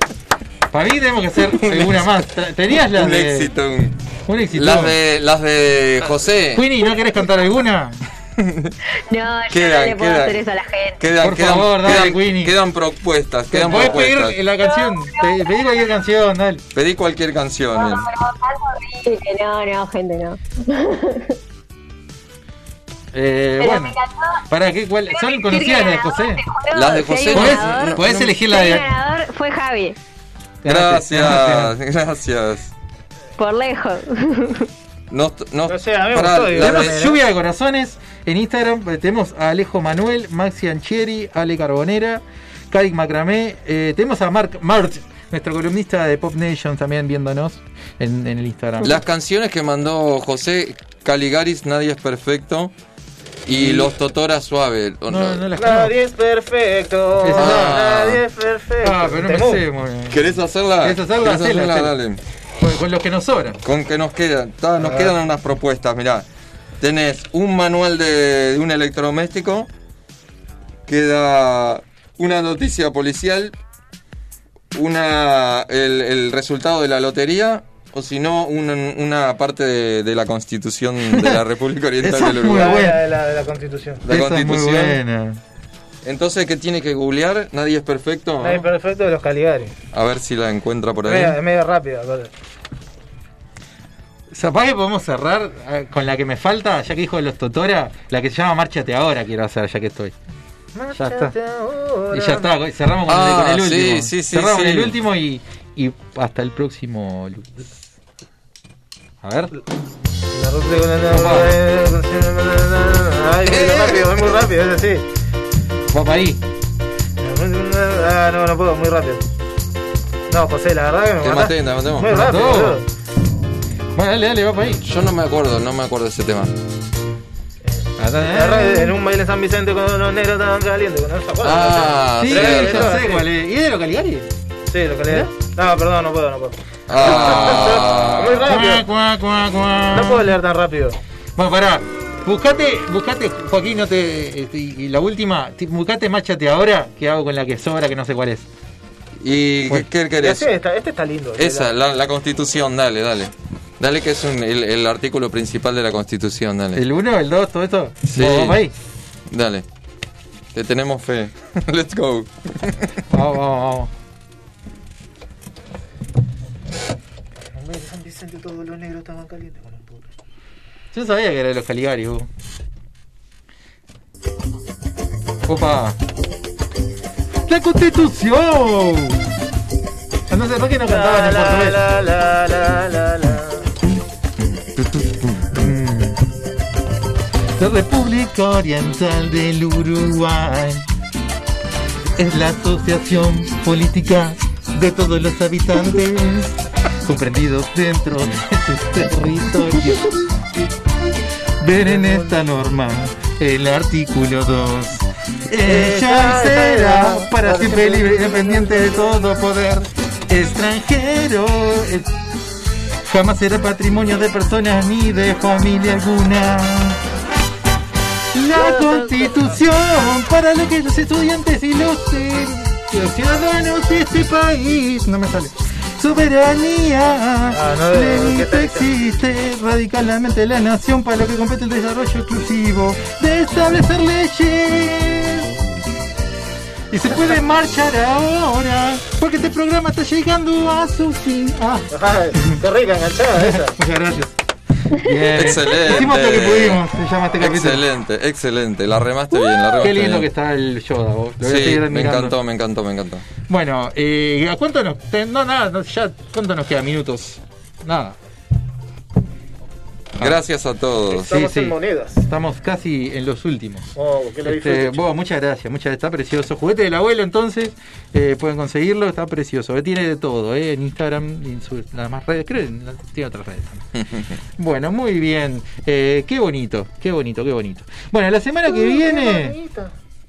Para mí tenemos que hacer alguna más. ¿Tenías la
un
de-
exitón.
Un exitón.
Las de, las de José.
Queenie, ¿no querés cantar alguna?
<laughs> No, yo no
Quedan,
le puedo
quedan.
hacer eso a la gente.
Quedan,
Por
quedan-
favor, dale,
quedan- quedan propuestas,
Te
quedan
podés pedir
propuestas.
la canción. Pe- Pedí cualquier canción, dale.
Pedí cualquier canción.
No,
eh.
no,
Ah,
tan horrible. No, no, gente, no.
Eh,
Pero
bueno.
me encantó.
¿Para qué? ¿Cuál? ¿Son conocidas las de José?
juro, Las de si hay José,
¿Podés,
ganador, no-
podés elegir la
El
de.
ganador fue Javi,
Gracias, gracias.
por lejos. <laughs>
No, no,
a mí me
pará,
gustó, digo,
la
no
de-
me-
Lluvia de corazones. En Instagram eh, tenemos a Alejo Manuel, Maxi Anchieri, Ale Carbonera, Caric Macramé. eh, tenemos a Mark Mart, nuestro columnista de Pop Nation, también viéndonos en, en el Instagram.
Las canciones que mandó José Caligaris, Nadie es Perfecto. Y Los Totora Suave. ¿o no?
no, no las conozco.
Nadie es perfecto.
Ah.
Nadie es perfecto.
Ah, pero no me
Temú.
sé muy bien.
¿Querés hacerla?
¿Querés hacerla? Hacela, hacela.
Dale.
Con, con los que nos sobran.
Con que nos quedan. ta, nos
Ah.
quedan unas propuestas, mirá. Tenés un manual de, de un electrodoméstico. Queda una noticia policial. Una, el, el resultado de la lotería. O si no, un- una parte de, de la constitución
<laughs>
de la República Oriental del Uruguay.
La, de la, de la constitución.
La
Esa es muy
constitución.
buena.
Entonces, ¿qué tiene que googlear? Nadie es perfecto.
Nadie es em- perfecto de los Caligares.
A ver si la encuentra por ahí.
Medio, medio rápido, aparte.
O sea, para que podemos cerrar eh, con la que me falta, ya que dijo los Totora, la que se llama Márchate ahora quiero hacer, ya que estoy. Ya está. Y ya está, cerramos con,
Ah,
el, con el
sí,
último.
sí, sí,
cerramos con
sí.
el último y, y hasta el próximo lunes. A ver.
La ruta con la- la- la- Ay, muy rápido, es muy rápido, es así.
Vamos ahí.
Ah, no, no puedo, muy rápido. No, José, la verdad que me
Te
mataste.
maté, te maté.
Muy rápido,
Mató.
boludo.
Bueno, dale, dale, va para ahí.
Yo no me acuerdo, no me acuerdo de ese tema.
Ah,
La verdad que En un baile en San Vicente con los negros estaban calientes, con el zapato.
Ah,
Sí,
sí.
ya sé cuál es. ¿Y es de los Caligari?
Sí, lo que
¿Eh?
le No, perdón, no puedo, no puedo.
Ah.
Muy rápido.
Cuá, cuá, cuá.
No puedo leer tan rápido.
Bueno, pará. Buscate, buscate, Joaquín, no te. este, y y la última, ti- buscate Machate ahora, que hago con la que sobra, que no sé cuál es.
<laughs> ¿Y qué, qué
Y
querés?
así está, este está lindo.
Esa, la, la constitución, dale, dale. Dale que es un- el, el artículo principal de la constitución, dale.
¿El 1, el 2, todo esto?
Sí.
Vamos para ahí.
Dale. Te tenemos fe. <laughs> Let's go.
Este Vamos, vamos, vamos.
En un baile en San Vicente todos los negros estaban calientes con el puto.
Yo sabía que era de los Caligari, vos. Opa. ¡La constitución! Ah, No sé por qué no cantaban
La,
en
la,
portugués.
la, la, la, la, la.
La República Oriental del Uruguay es la asociación política de todos los habitantes comprendidos dentro de sus territorios. Ver en esta norma el artículo 2. Ella será para siempre libre, independiente de todo poder extranjero. Eh, Jamás será patrimonio de personas ni de familia alguna. La constitución para lo que los estudiantes y los, eh, los ciudadanos de este país. No me sale. Soberanía.
Ah, no, de-
Lenin
¿qué
existe radicalmente la nación para lo que compete el desarrollo exclusivo de establecer leyes. Y se
<laughs>
puede marchar ahora, porque este programa está llegando a su fin. Ah.
Qué rica
<laughs>
enganchada esa.
Muchas
<laughs>
gracias.
Excelente.
Hicimos lo que pudimos, se llama este capítulo.
Excelente, excelente. La remaste bien, la remaste
Qué lindo
bien.
que está el Yoda, vos. Lo voy a
Sí,
seguir
me
admirando.
encantó, me encantó, me encantó.
Bueno, eh, ¿a cuánto nos.? te- No, nada, no, ya, ¿cuánto nos queda? Minutos. Nada.
Gracias a todos.
Sí, sí. Estamos casi en los últimos.
Oh, que lo
Este,
disfrutes,
vos, muchas gracias, muchas está precioso. Juguete del abuelo, entonces, eh, pueden conseguirlo, está precioso. Eh, Tiene de todo, eh, en Instagram, en su- las más redes, creo que en la- tiene otras redes también.
<laughs>
Bueno, muy bien. Eh, qué bonito, qué bonito, qué bonito. Bueno, la semana que viene,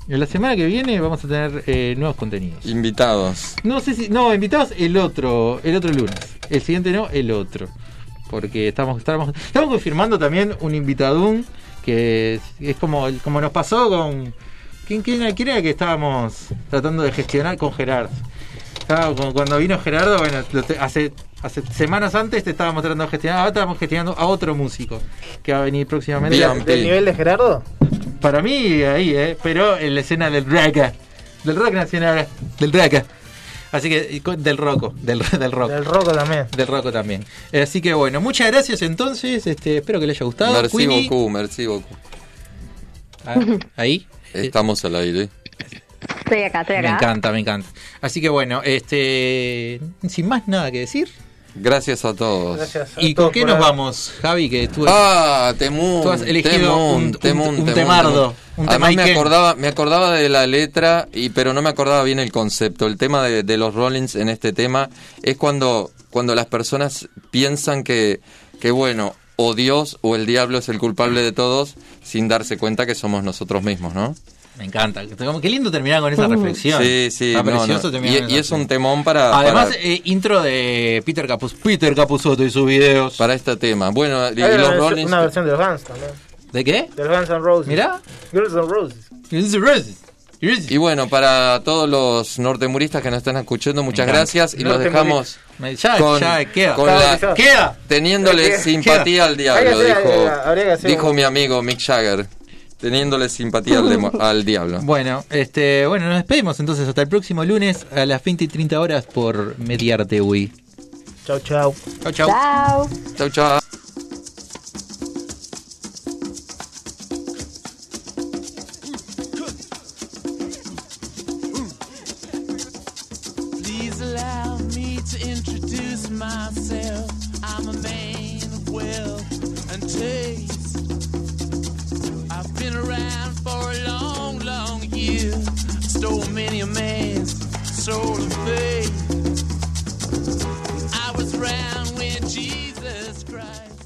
la semana que viene vamos a tener eh, nuevos contenidos.
Invitados.
No sé si. No, invitados el otro, el otro lunes. El siguiente no, el otro. Porque estamos, estamos, estamos confirmando también un invitadum que es, es como, el- como nos pasó con. ¿quién, quién, era- quién era que estábamos tratando de gestionar con Gerardo? Estaba con- cuando vino Gerardo, bueno, lo te- hace, hace semanas antes te estábamos tratando de gestionar, ahora estamos gestionando a otro músico que va a venir próximamente.
¿Del, del nivel de Gerardo?
Para mí, ahí, ¿eh? Pero en la escena del raga. Del rock nacional. Del raga. Así que, y con- del roco. Del, <laughs> del roco.
Del roco también.
Del roco también. Eh, Así que bueno, muchas gracias entonces. Este, espero que les haya gustado.
Merci
Queenie.
beaucoup, merci beaucoup.
Ah, ahí.
Estamos al aire.
Estoy acá, estoy
Me
acá.
encanta, me encanta. Así que bueno, este sin más nada que decir.
Gracias a todos.
¿Y con qué nos vamos, Javi? Que tú,
Ah, Temun.
tú has elegido
Temun,
un, un-
Temun,
un
Temun,
temardo.
Temun.
Un
Además me
temaiken.
acordaba, me acordaba de la letra, y pero no me acordaba bien el concepto. El tema de, de los Rollins en este tema es cuando, cuando las personas piensan que, que bueno, o Dios o el diablo es el culpable de todos, sin darse cuenta que somos nosotros mismos, ¿no?
Me encanta. Como- Qué lindo terminar con esa reflexión.
Sí, sí,
Está
no, no.
precioso terminar con
Y,
esa
y es un temón para.
Además,
para-
eh, intro de Peter Capuz Peter Capusotto y sus videos.
Para este tema. Bueno, y
Hay una,
los
versión-
Rollins.
Eh, una versión de los Guns también.
¿De qué?
De los Guns N' Roses.
Mirá.
Girls N' Roses.
Y bueno, para todos los nortemuristas que nos están escuchando, muchas
encanta.
gracias y los dejamos
Ah,
Ya,
con,
eh,
ya, queda.
con la-
Queda.
teniéndole
Queda.
simpatía al
Hay
diablo,
que hacer-
dijo,
habría que hacer
dijo
un-
mi amigo Mick Jagger, teniéndole simpatía
<laughs>
al, demo- al diablo.
Bueno, este, bueno, nos despedimos entonces hasta el próximo lunes a las 20 y 30 horas por Mediarte Wii.
Chau, chau.
Chau, chau.
Chao.
Chau, chau.
Please allow me to introduce myself. I'm a man of wealth and taste. I've been around for a long, long year. Stole many a man's soul of faith. I was around when Jesus Christ.